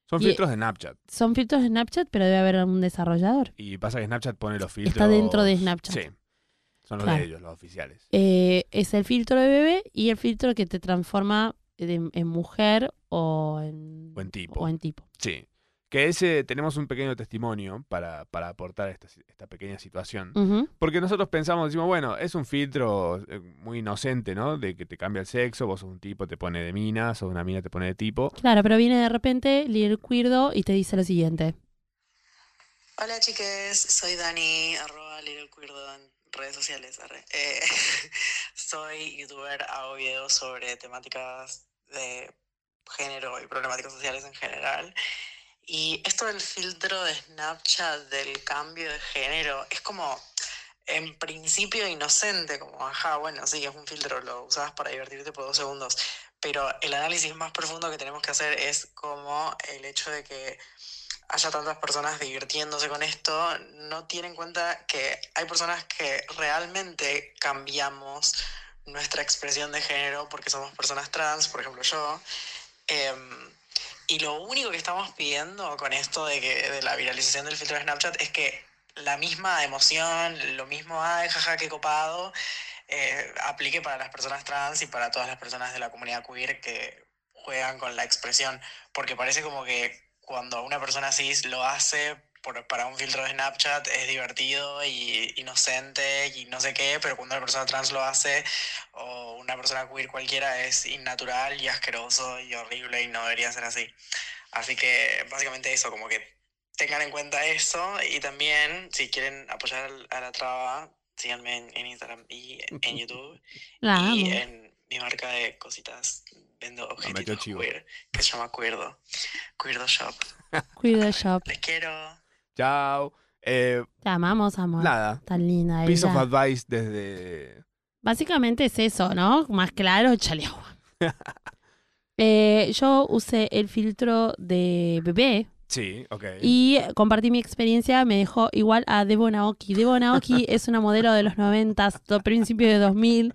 [SPEAKER 2] Son
[SPEAKER 3] Y-
[SPEAKER 2] filtros de Snapchat.
[SPEAKER 3] son filtros de Snapchat, pero debe haber un desarrollador.
[SPEAKER 2] Y pasa que Snapchat pone los filtros.
[SPEAKER 3] Está dentro de Snapchat.
[SPEAKER 2] Sí. Son los
[SPEAKER 3] Claro.
[SPEAKER 2] de ellos, los oficiales.
[SPEAKER 3] Eh, es el filtro de bebé y el filtro que te transforma en, en mujer o en,
[SPEAKER 2] Buen tipo.
[SPEAKER 3] o en tipo.
[SPEAKER 2] Sí. Que ese, tenemos un pequeño testimonio para, para aportar esta, si- esta pequeña situación.
[SPEAKER 3] Ujú.
[SPEAKER 2] Porque nosotros pensamos, decimos, bueno, es un filtro eh, muy inocente, ¿no? De que te cambia el sexo, vos sos un tipo, te pone de mina, sos una mina, te pone de tipo.
[SPEAKER 3] Claro, pero viene de repente Lil Cuirdo y te dice lo siguiente.
[SPEAKER 4] Hola chiques, soy Dani, arroba Little Cuirdo en redes sociales. arre. Eh, <laughs> soy youtuber, hago videos sobre temáticas de género y problemáticas sociales en general. Y esto del filtro de Snapchat, del cambio de género, es como en principio inocente, como, ajá, bueno, sí, es un filtro, lo usabas para divertirte por dos segundos. Pero el análisis más profundo que tenemos que hacer es como el hecho de que haya tantas personas divirtiéndose con esto, no tiene en cuenta que hay personas que realmente cambiamos nuestra expresión de género porque somos personas trans, por ejemplo yo. Em, y lo único que estamos pidiendo con esto de, que, de la viralización del filtro de Snapchat es que la misma emoción, lo mismo, ay, jaja, qué copado, eh, aplique para las personas trans y para todas las personas de la comunidad queer que juegan con la expresión porque parece como que cuando una persona cis lo hace por- para un filtro de Snapchat es divertido y inocente y no sé qué, pero cuando una persona trans lo hace o una persona queer cualquiera es innatural y asqueroso y horrible y no debería ser así. Así que básicamente eso, como que tengan en cuenta eso y también si quieren apoyar al- a la traba, síganme en, en Instagram y en YouTube
[SPEAKER 3] La
[SPEAKER 4] y
[SPEAKER 3] Ah, amo.
[SPEAKER 4] en mi marca de cositas vendo
[SPEAKER 2] metió
[SPEAKER 4] objetos
[SPEAKER 2] chivo.
[SPEAKER 4] queer que se llama Cuerdo. Cuerdo Shop.
[SPEAKER 3] Cuirdo Shop.
[SPEAKER 4] Les quiero.
[SPEAKER 2] Chao. Eh,
[SPEAKER 3] Te amamos, amor.
[SPEAKER 2] Nada.
[SPEAKER 3] Tan linda ella.
[SPEAKER 2] Piece of advice desde.
[SPEAKER 3] Básicamente es eso, ¿no? Más claro, échale agua. Eh, yo usé el filtro de bebé
[SPEAKER 2] Sí, ok.
[SPEAKER 3] y compartí mi experiencia. Me dejó igual a Debo Naoki. Debo Naoki es una modelo de los 90, principios de 2000,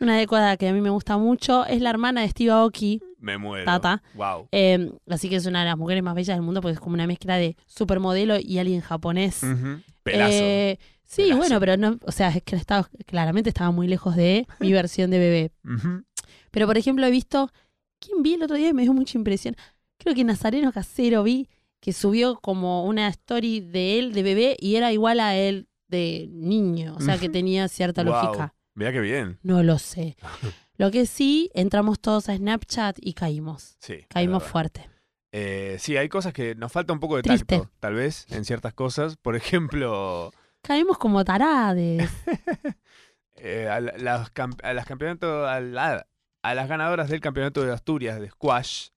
[SPEAKER 3] una década que a mí me gusta mucho. Es la hermana de Steve Aoki,
[SPEAKER 2] Me muero.
[SPEAKER 3] Tata.
[SPEAKER 2] Wow.
[SPEAKER 3] eh, así que es una de las mujeres más bellas del mundo porque es como una mezcla de supermodelo y alguien japonés.
[SPEAKER 2] Mm, Pelazo.
[SPEAKER 3] Eh, sí,
[SPEAKER 2] Pelazo.
[SPEAKER 3] bueno, pero no, o sea, es que estaba, claramente estaba muy lejos de
[SPEAKER 2] <laughs>
[SPEAKER 3] mi versión de bebé.
[SPEAKER 2] Ujú.
[SPEAKER 3] Pero, por ejemplo, he visto. ¿Quién vi el otro día? Y me dio mucha impresión. Creo que Nazareno Casero vi que subió como una story de él de bebé y era igual a él de niño. O sea, que
[SPEAKER 2] Ujú.
[SPEAKER 3] tenía cierta
[SPEAKER 2] Guau.
[SPEAKER 3] lógica.
[SPEAKER 2] Mirá qué bien.
[SPEAKER 3] No
[SPEAKER 2] <laughs>
[SPEAKER 3] lo sé. Lo que sí, entramos todos a Snapchat y caímos.
[SPEAKER 2] Sí.
[SPEAKER 3] Caímos
[SPEAKER 2] fuera.
[SPEAKER 3] fuerte.
[SPEAKER 2] Eh, sí, hay cosas que nos falta un poco de
[SPEAKER 3] Triste.
[SPEAKER 2] tacto, tal vez, en ciertas cosas. Por <laughs> ejemplo,
[SPEAKER 3] Caímos como tarades.
[SPEAKER 2] eh, a, la- las camp- a las campeonato, a, la- a las ganadoras del campeonato de Asturias de squash,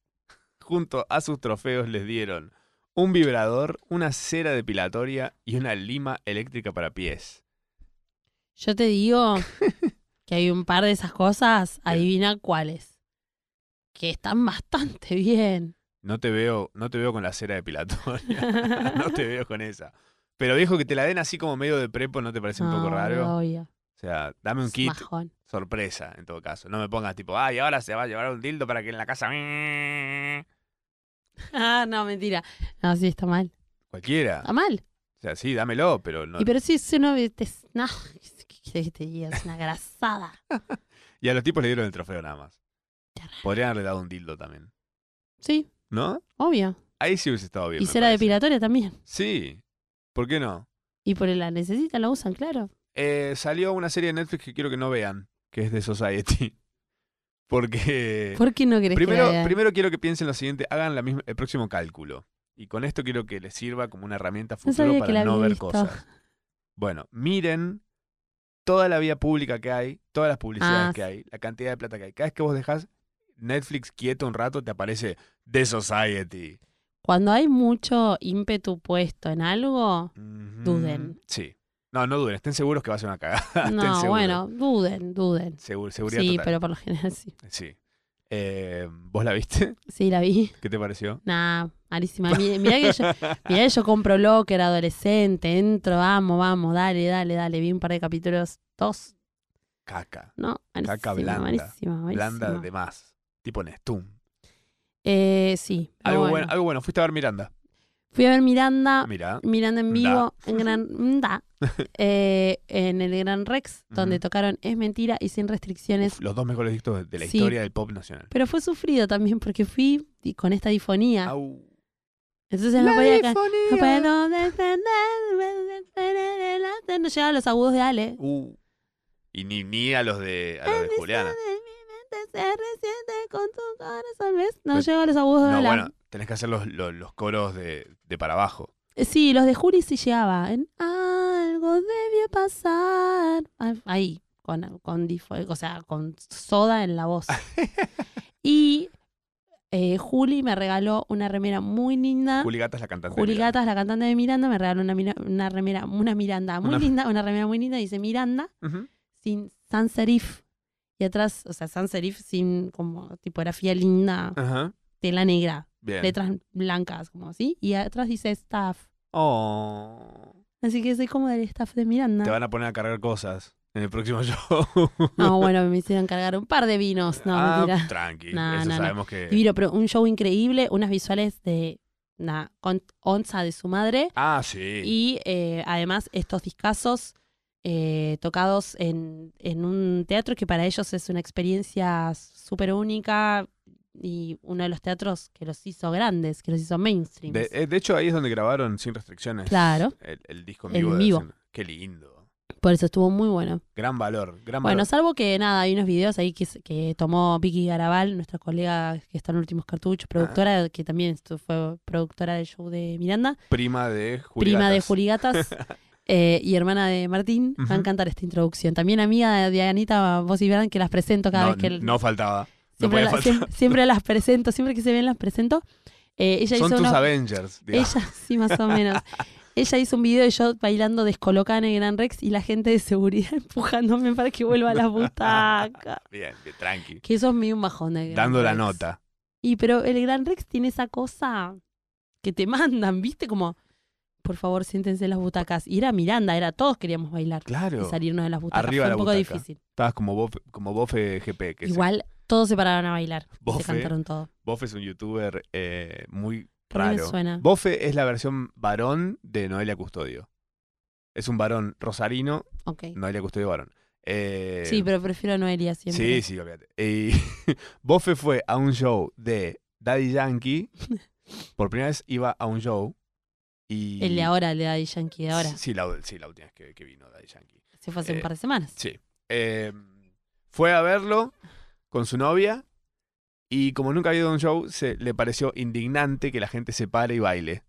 [SPEAKER 2] junto a sus trofeos les dieron un vibrador, una cera depilatoria y una lima eléctrica para pies.
[SPEAKER 3] Yo
[SPEAKER 2] <laughs>
[SPEAKER 3] te digo que hay un par de esas cosas. Adivina cuáles. Que están bastante bien.
[SPEAKER 2] No te veo, no te veo con la cera depilatoria. <laughs> no te veo con esa. Pero viejo, que te la den así como medio de prepo, ¿no te parece un poco
[SPEAKER 3] No,
[SPEAKER 2] raro?
[SPEAKER 3] obvio.
[SPEAKER 2] O sea, dame un
[SPEAKER 3] Es
[SPEAKER 2] kit
[SPEAKER 3] majón.
[SPEAKER 2] sorpresa, en todo caso. No me pongas tipo, ay, ahora se va a llevar un dildo para que en la casa. <laughs>
[SPEAKER 3] Ah, no, mentira. No, sí, está mal.
[SPEAKER 2] Cualquiera.
[SPEAKER 3] Está mal.
[SPEAKER 2] O sea, sí, dámelo, pero Ah, no.
[SPEAKER 3] Y pero si es una... te- No, <laughs> ¿qué querés que te diga? Es una grasada.
[SPEAKER 2] Y a los tipos le dieron el trofeo nada más.
[SPEAKER 3] Qué raro.
[SPEAKER 2] Podrían haberle dado un dildo también.
[SPEAKER 3] Sí,
[SPEAKER 2] ¿No?
[SPEAKER 3] obvio.
[SPEAKER 2] Ahí sí hubiese estado bien.
[SPEAKER 3] Y
[SPEAKER 2] me
[SPEAKER 3] será
[SPEAKER 2] parece.
[SPEAKER 3] depilatoria también.
[SPEAKER 2] Sí. ¿Por qué no?
[SPEAKER 3] Y por la necesita la usan, claro.
[SPEAKER 2] Eh, salió una serie de Netflix que quiero que no vean, que es de Society. <laughs> Porque.
[SPEAKER 3] ¿Por qué no querés
[SPEAKER 2] Primero,
[SPEAKER 3] que la vean?
[SPEAKER 2] primero quiero que piensen lo siguiente, hagan la misma- el próximo cálculo. Y con esto quiero que les sirva como una herramienta futuro
[SPEAKER 3] sabía que la
[SPEAKER 2] para no
[SPEAKER 3] había
[SPEAKER 2] ver
[SPEAKER 3] visto.
[SPEAKER 2] cosas. Bueno, miren toda la vía pública que hay, todas las publicidades
[SPEAKER 3] Ah,
[SPEAKER 2] que
[SPEAKER 3] sí.
[SPEAKER 2] hay, la cantidad de plata que hay. Cada vez que vos dejás Netflix quieto un rato, te aparece The Society.
[SPEAKER 3] cuando hay mucho ímpetu puesto
[SPEAKER 2] <laughs>
[SPEAKER 3] en algo,
[SPEAKER 2] Ujú.
[SPEAKER 3] Duden.
[SPEAKER 2] Sí. No, no duden. Estén seguros que va a ser una cagada. <laughs> Estén
[SPEAKER 3] no,
[SPEAKER 2] seguros.
[SPEAKER 3] bueno, duden, duden.
[SPEAKER 2] Segu- seguridad
[SPEAKER 3] sí,
[SPEAKER 2] total.
[SPEAKER 3] pero por lo general sí.
[SPEAKER 2] Sí. Eh, ¿Vos la viste? <laughs>
[SPEAKER 3] Sí, la vi.
[SPEAKER 2] ¿Qué te pareció?
[SPEAKER 3] Nah, malísima. Mi- Mirá
[SPEAKER 2] <laughs>
[SPEAKER 3] que yo, mirá que yo compro Locker adolescente, entro, vamos, vamos, dale, dale, dale. Vi un par de capítulos, dos.
[SPEAKER 2] Caca.
[SPEAKER 3] No, malísima,
[SPEAKER 2] Caca blanda,
[SPEAKER 3] malísima,
[SPEAKER 2] Blanda
[SPEAKER 3] malísima.
[SPEAKER 2] de más. Tipo Nestum.
[SPEAKER 3] Eh, sí. pero
[SPEAKER 2] Algo bueno.
[SPEAKER 3] bueno.
[SPEAKER 2] algo bueno. Fuiste a ver Miranda.
[SPEAKER 3] Fui a ver Miranda,
[SPEAKER 2] Mira.
[SPEAKER 3] Miranda en
[SPEAKER 2] Da. <laughs>
[SPEAKER 3] vivo en Gran da, eh, en el Gran Rex, donde
[SPEAKER 2] Ujú.
[SPEAKER 3] tocaron Es Mentira y Sin Restricciones.
[SPEAKER 2] Los dos mejores discos de- de la
[SPEAKER 3] Sí.
[SPEAKER 2] historia del pop nacional.
[SPEAKER 3] Pero fue sufrido también porque fui di- con esta difonía.
[SPEAKER 2] Au.
[SPEAKER 3] Entonces no podía, ca- no puedo defender- no llegaba a los agudos de Ale.
[SPEAKER 2] Uh. Y ni, ni a los de, a los de Juliana.
[SPEAKER 3] Se resiente con tu corazón, ¿ves? No
[SPEAKER 2] Pero-
[SPEAKER 3] llegaba a los agudos de
[SPEAKER 2] Pues, No,
[SPEAKER 3] Ale.
[SPEAKER 2] bueno, tenés que hacer los, los, los coros de, de para abajo.
[SPEAKER 3] Eh, Sí, los de Juli sí llegaba. En algo debió pasar. Ah, Ahí, con, con, difo- o sea, con soda en
[SPEAKER 2] <laughs>
[SPEAKER 3] la voz. y eh, Juli me regaló una remera muy linda.
[SPEAKER 2] Juli Gata es la cantante. de
[SPEAKER 3] Ah. Juli
[SPEAKER 2] Miranda.
[SPEAKER 3] Gatas, la cantante de Miranda, me regaló una, mira- una remera, una Miranda muy
[SPEAKER 2] Una-
[SPEAKER 3] linda, una remera muy linda, dice Miranda,
[SPEAKER 2] Ujú.
[SPEAKER 3] sin sans serif. Y atrás, o sea, sans serif sin como tipografía linda,
[SPEAKER 2] Ajá.
[SPEAKER 3] tela negra,
[SPEAKER 2] Ah. Bien.
[SPEAKER 3] letras blancas, como así. Y atrás dice staff.
[SPEAKER 2] Oh.
[SPEAKER 3] Así que soy como del staff de
[SPEAKER 2] Te
[SPEAKER 3] Miranda.
[SPEAKER 2] van a poner a cargar cosas en el próximo <laughs> show.
[SPEAKER 3] No, Ah, bueno, me hicieron cargar un par de vinos. No,
[SPEAKER 2] ah,
[SPEAKER 3] mentira.
[SPEAKER 2] tranqui.
[SPEAKER 3] No,
[SPEAKER 2] Eso
[SPEAKER 3] no, no.
[SPEAKER 2] sabemos que.
[SPEAKER 3] Divino, pero un show increíble, unas visuales de una con- onza de su madre.
[SPEAKER 2] Ah, sí.
[SPEAKER 3] Y eh, además estos discazos eh, tocados en, en un teatro que para ellos es una experiencia súper única y uno de los teatros que los hizo grandes, que los hizo mainstream.
[SPEAKER 2] De, eh, de hecho, ahí es donde grabaron Sin Restricciones.
[SPEAKER 3] Claro.
[SPEAKER 2] El, el disco en
[SPEAKER 3] El
[SPEAKER 2] vivo.
[SPEAKER 3] en
[SPEAKER 2] de
[SPEAKER 3] vivo.
[SPEAKER 2] Sin- Qué lindo.
[SPEAKER 3] Por eso estuvo muy bueno.
[SPEAKER 2] Gran valor. Gran
[SPEAKER 3] Bueno,
[SPEAKER 2] valor.
[SPEAKER 3] salvo que nada, hay unos videos ahí que, se- que tomó Vicky Garabal, nuestra colega que está en Últimos
[SPEAKER 2] Ah.
[SPEAKER 3] Cartuchos, productora, que también estu- fue productora del show de Miranda,
[SPEAKER 2] Prima de Juli
[SPEAKER 3] prima de
[SPEAKER 2] Gatas.
[SPEAKER 3] Juligatas.
[SPEAKER 2] <laughs>
[SPEAKER 3] Eh, y hermana de Martín, va a
[SPEAKER 2] Ujú.
[SPEAKER 3] encantar esta introducción. También amiga de Anita, vos y Verán, que las presento cada
[SPEAKER 2] no,
[SPEAKER 3] vez que... el-
[SPEAKER 2] no faltaba. no
[SPEAKER 3] siempre,
[SPEAKER 2] podía
[SPEAKER 3] la-
[SPEAKER 2] faltar.
[SPEAKER 3] siempre- siempre las presento, siempre que se ven las presento. Eh, ella
[SPEAKER 2] Son
[SPEAKER 3] hizo
[SPEAKER 2] tus
[SPEAKER 3] una-
[SPEAKER 2] Avengers. digamos.
[SPEAKER 3] Ella, sí, más o menos.
[SPEAKER 2] <laughs>
[SPEAKER 3] Ella hizo un video de yo bailando descolocada en el Gran Rex y la gente de seguridad <laughs> empujándome para que vuelva a la butaca.
[SPEAKER 2] Bien, bien, tranqui.
[SPEAKER 3] Que eso es medio un bajón del Gran
[SPEAKER 2] Dando la
[SPEAKER 3] Rex.
[SPEAKER 2] nota.
[SPEAKER 3] Y pero el Gran Rex tiene esa cosa que te <laughs> mandan, ¿viste? Como, por favor, siéntense en las butacas. Y era Miranda, era todos queríamos bailar y
[SPEAKER 2] Claro.
[SPEAKER 3] salirnos de las butacas.
[SPEAKER 2] Arriba
[SPEAKER 3] Fue
[SPEAKER 2] la
[SPEAKER 3] un poco
[SPEAKER 2] butaca.
[SPEAKER 3] difícil.
[SPEAKER 2] Estabas como bofe, como bofe GP. Que se- Oh,
[SPEAKER 3] Igual, todos se pararon a bailar.
[SPEAKER 2] Bofe.
[SPEAKER 3] Se cantaron todo.
[SPEAKER 2] bofe es un youtuber eh, muy
[SPEAKER 3] A mí me
[SPEAKER 2] raro.
[SPEAKER 3] suena.
[SPEAKER 2] Bofe es la versión varón de Noelia Custodio. Es un varón rosarino,
[SPEAKER 3] Ok.
[SPEAKER 2] Noelia Custodio varón. Eh,
[SPEAKER 3] Sí, pero prefiero a Noelia
[SPEAKER 2] Sí,
[SPEAKER 3] siempre.
[SPEAKER 2] sí, olvídate. Y <laughs> Bofe fue a un show de Daddy Yankee.
[SPEAKER 3] <laughs>
[SPEAKER 2] Por primera vez iba a un show. Y
[SPEAKER 3] El de ahora, el de Daddy Yankee de ahora.
[SPEAKER 2] Sí, la, sí, la última vez que, que vino Daddy Yankee.
[SPEAKER 3] Se fue hace
[SPEAKER 2] eh,
[SPEAKER 3] un par de semanas.
[SPEAKER 2] Sí. Eh, fue a verlo con su novia y como nunca había ido a un show, se le pareció indignante que la gente se pare y baile.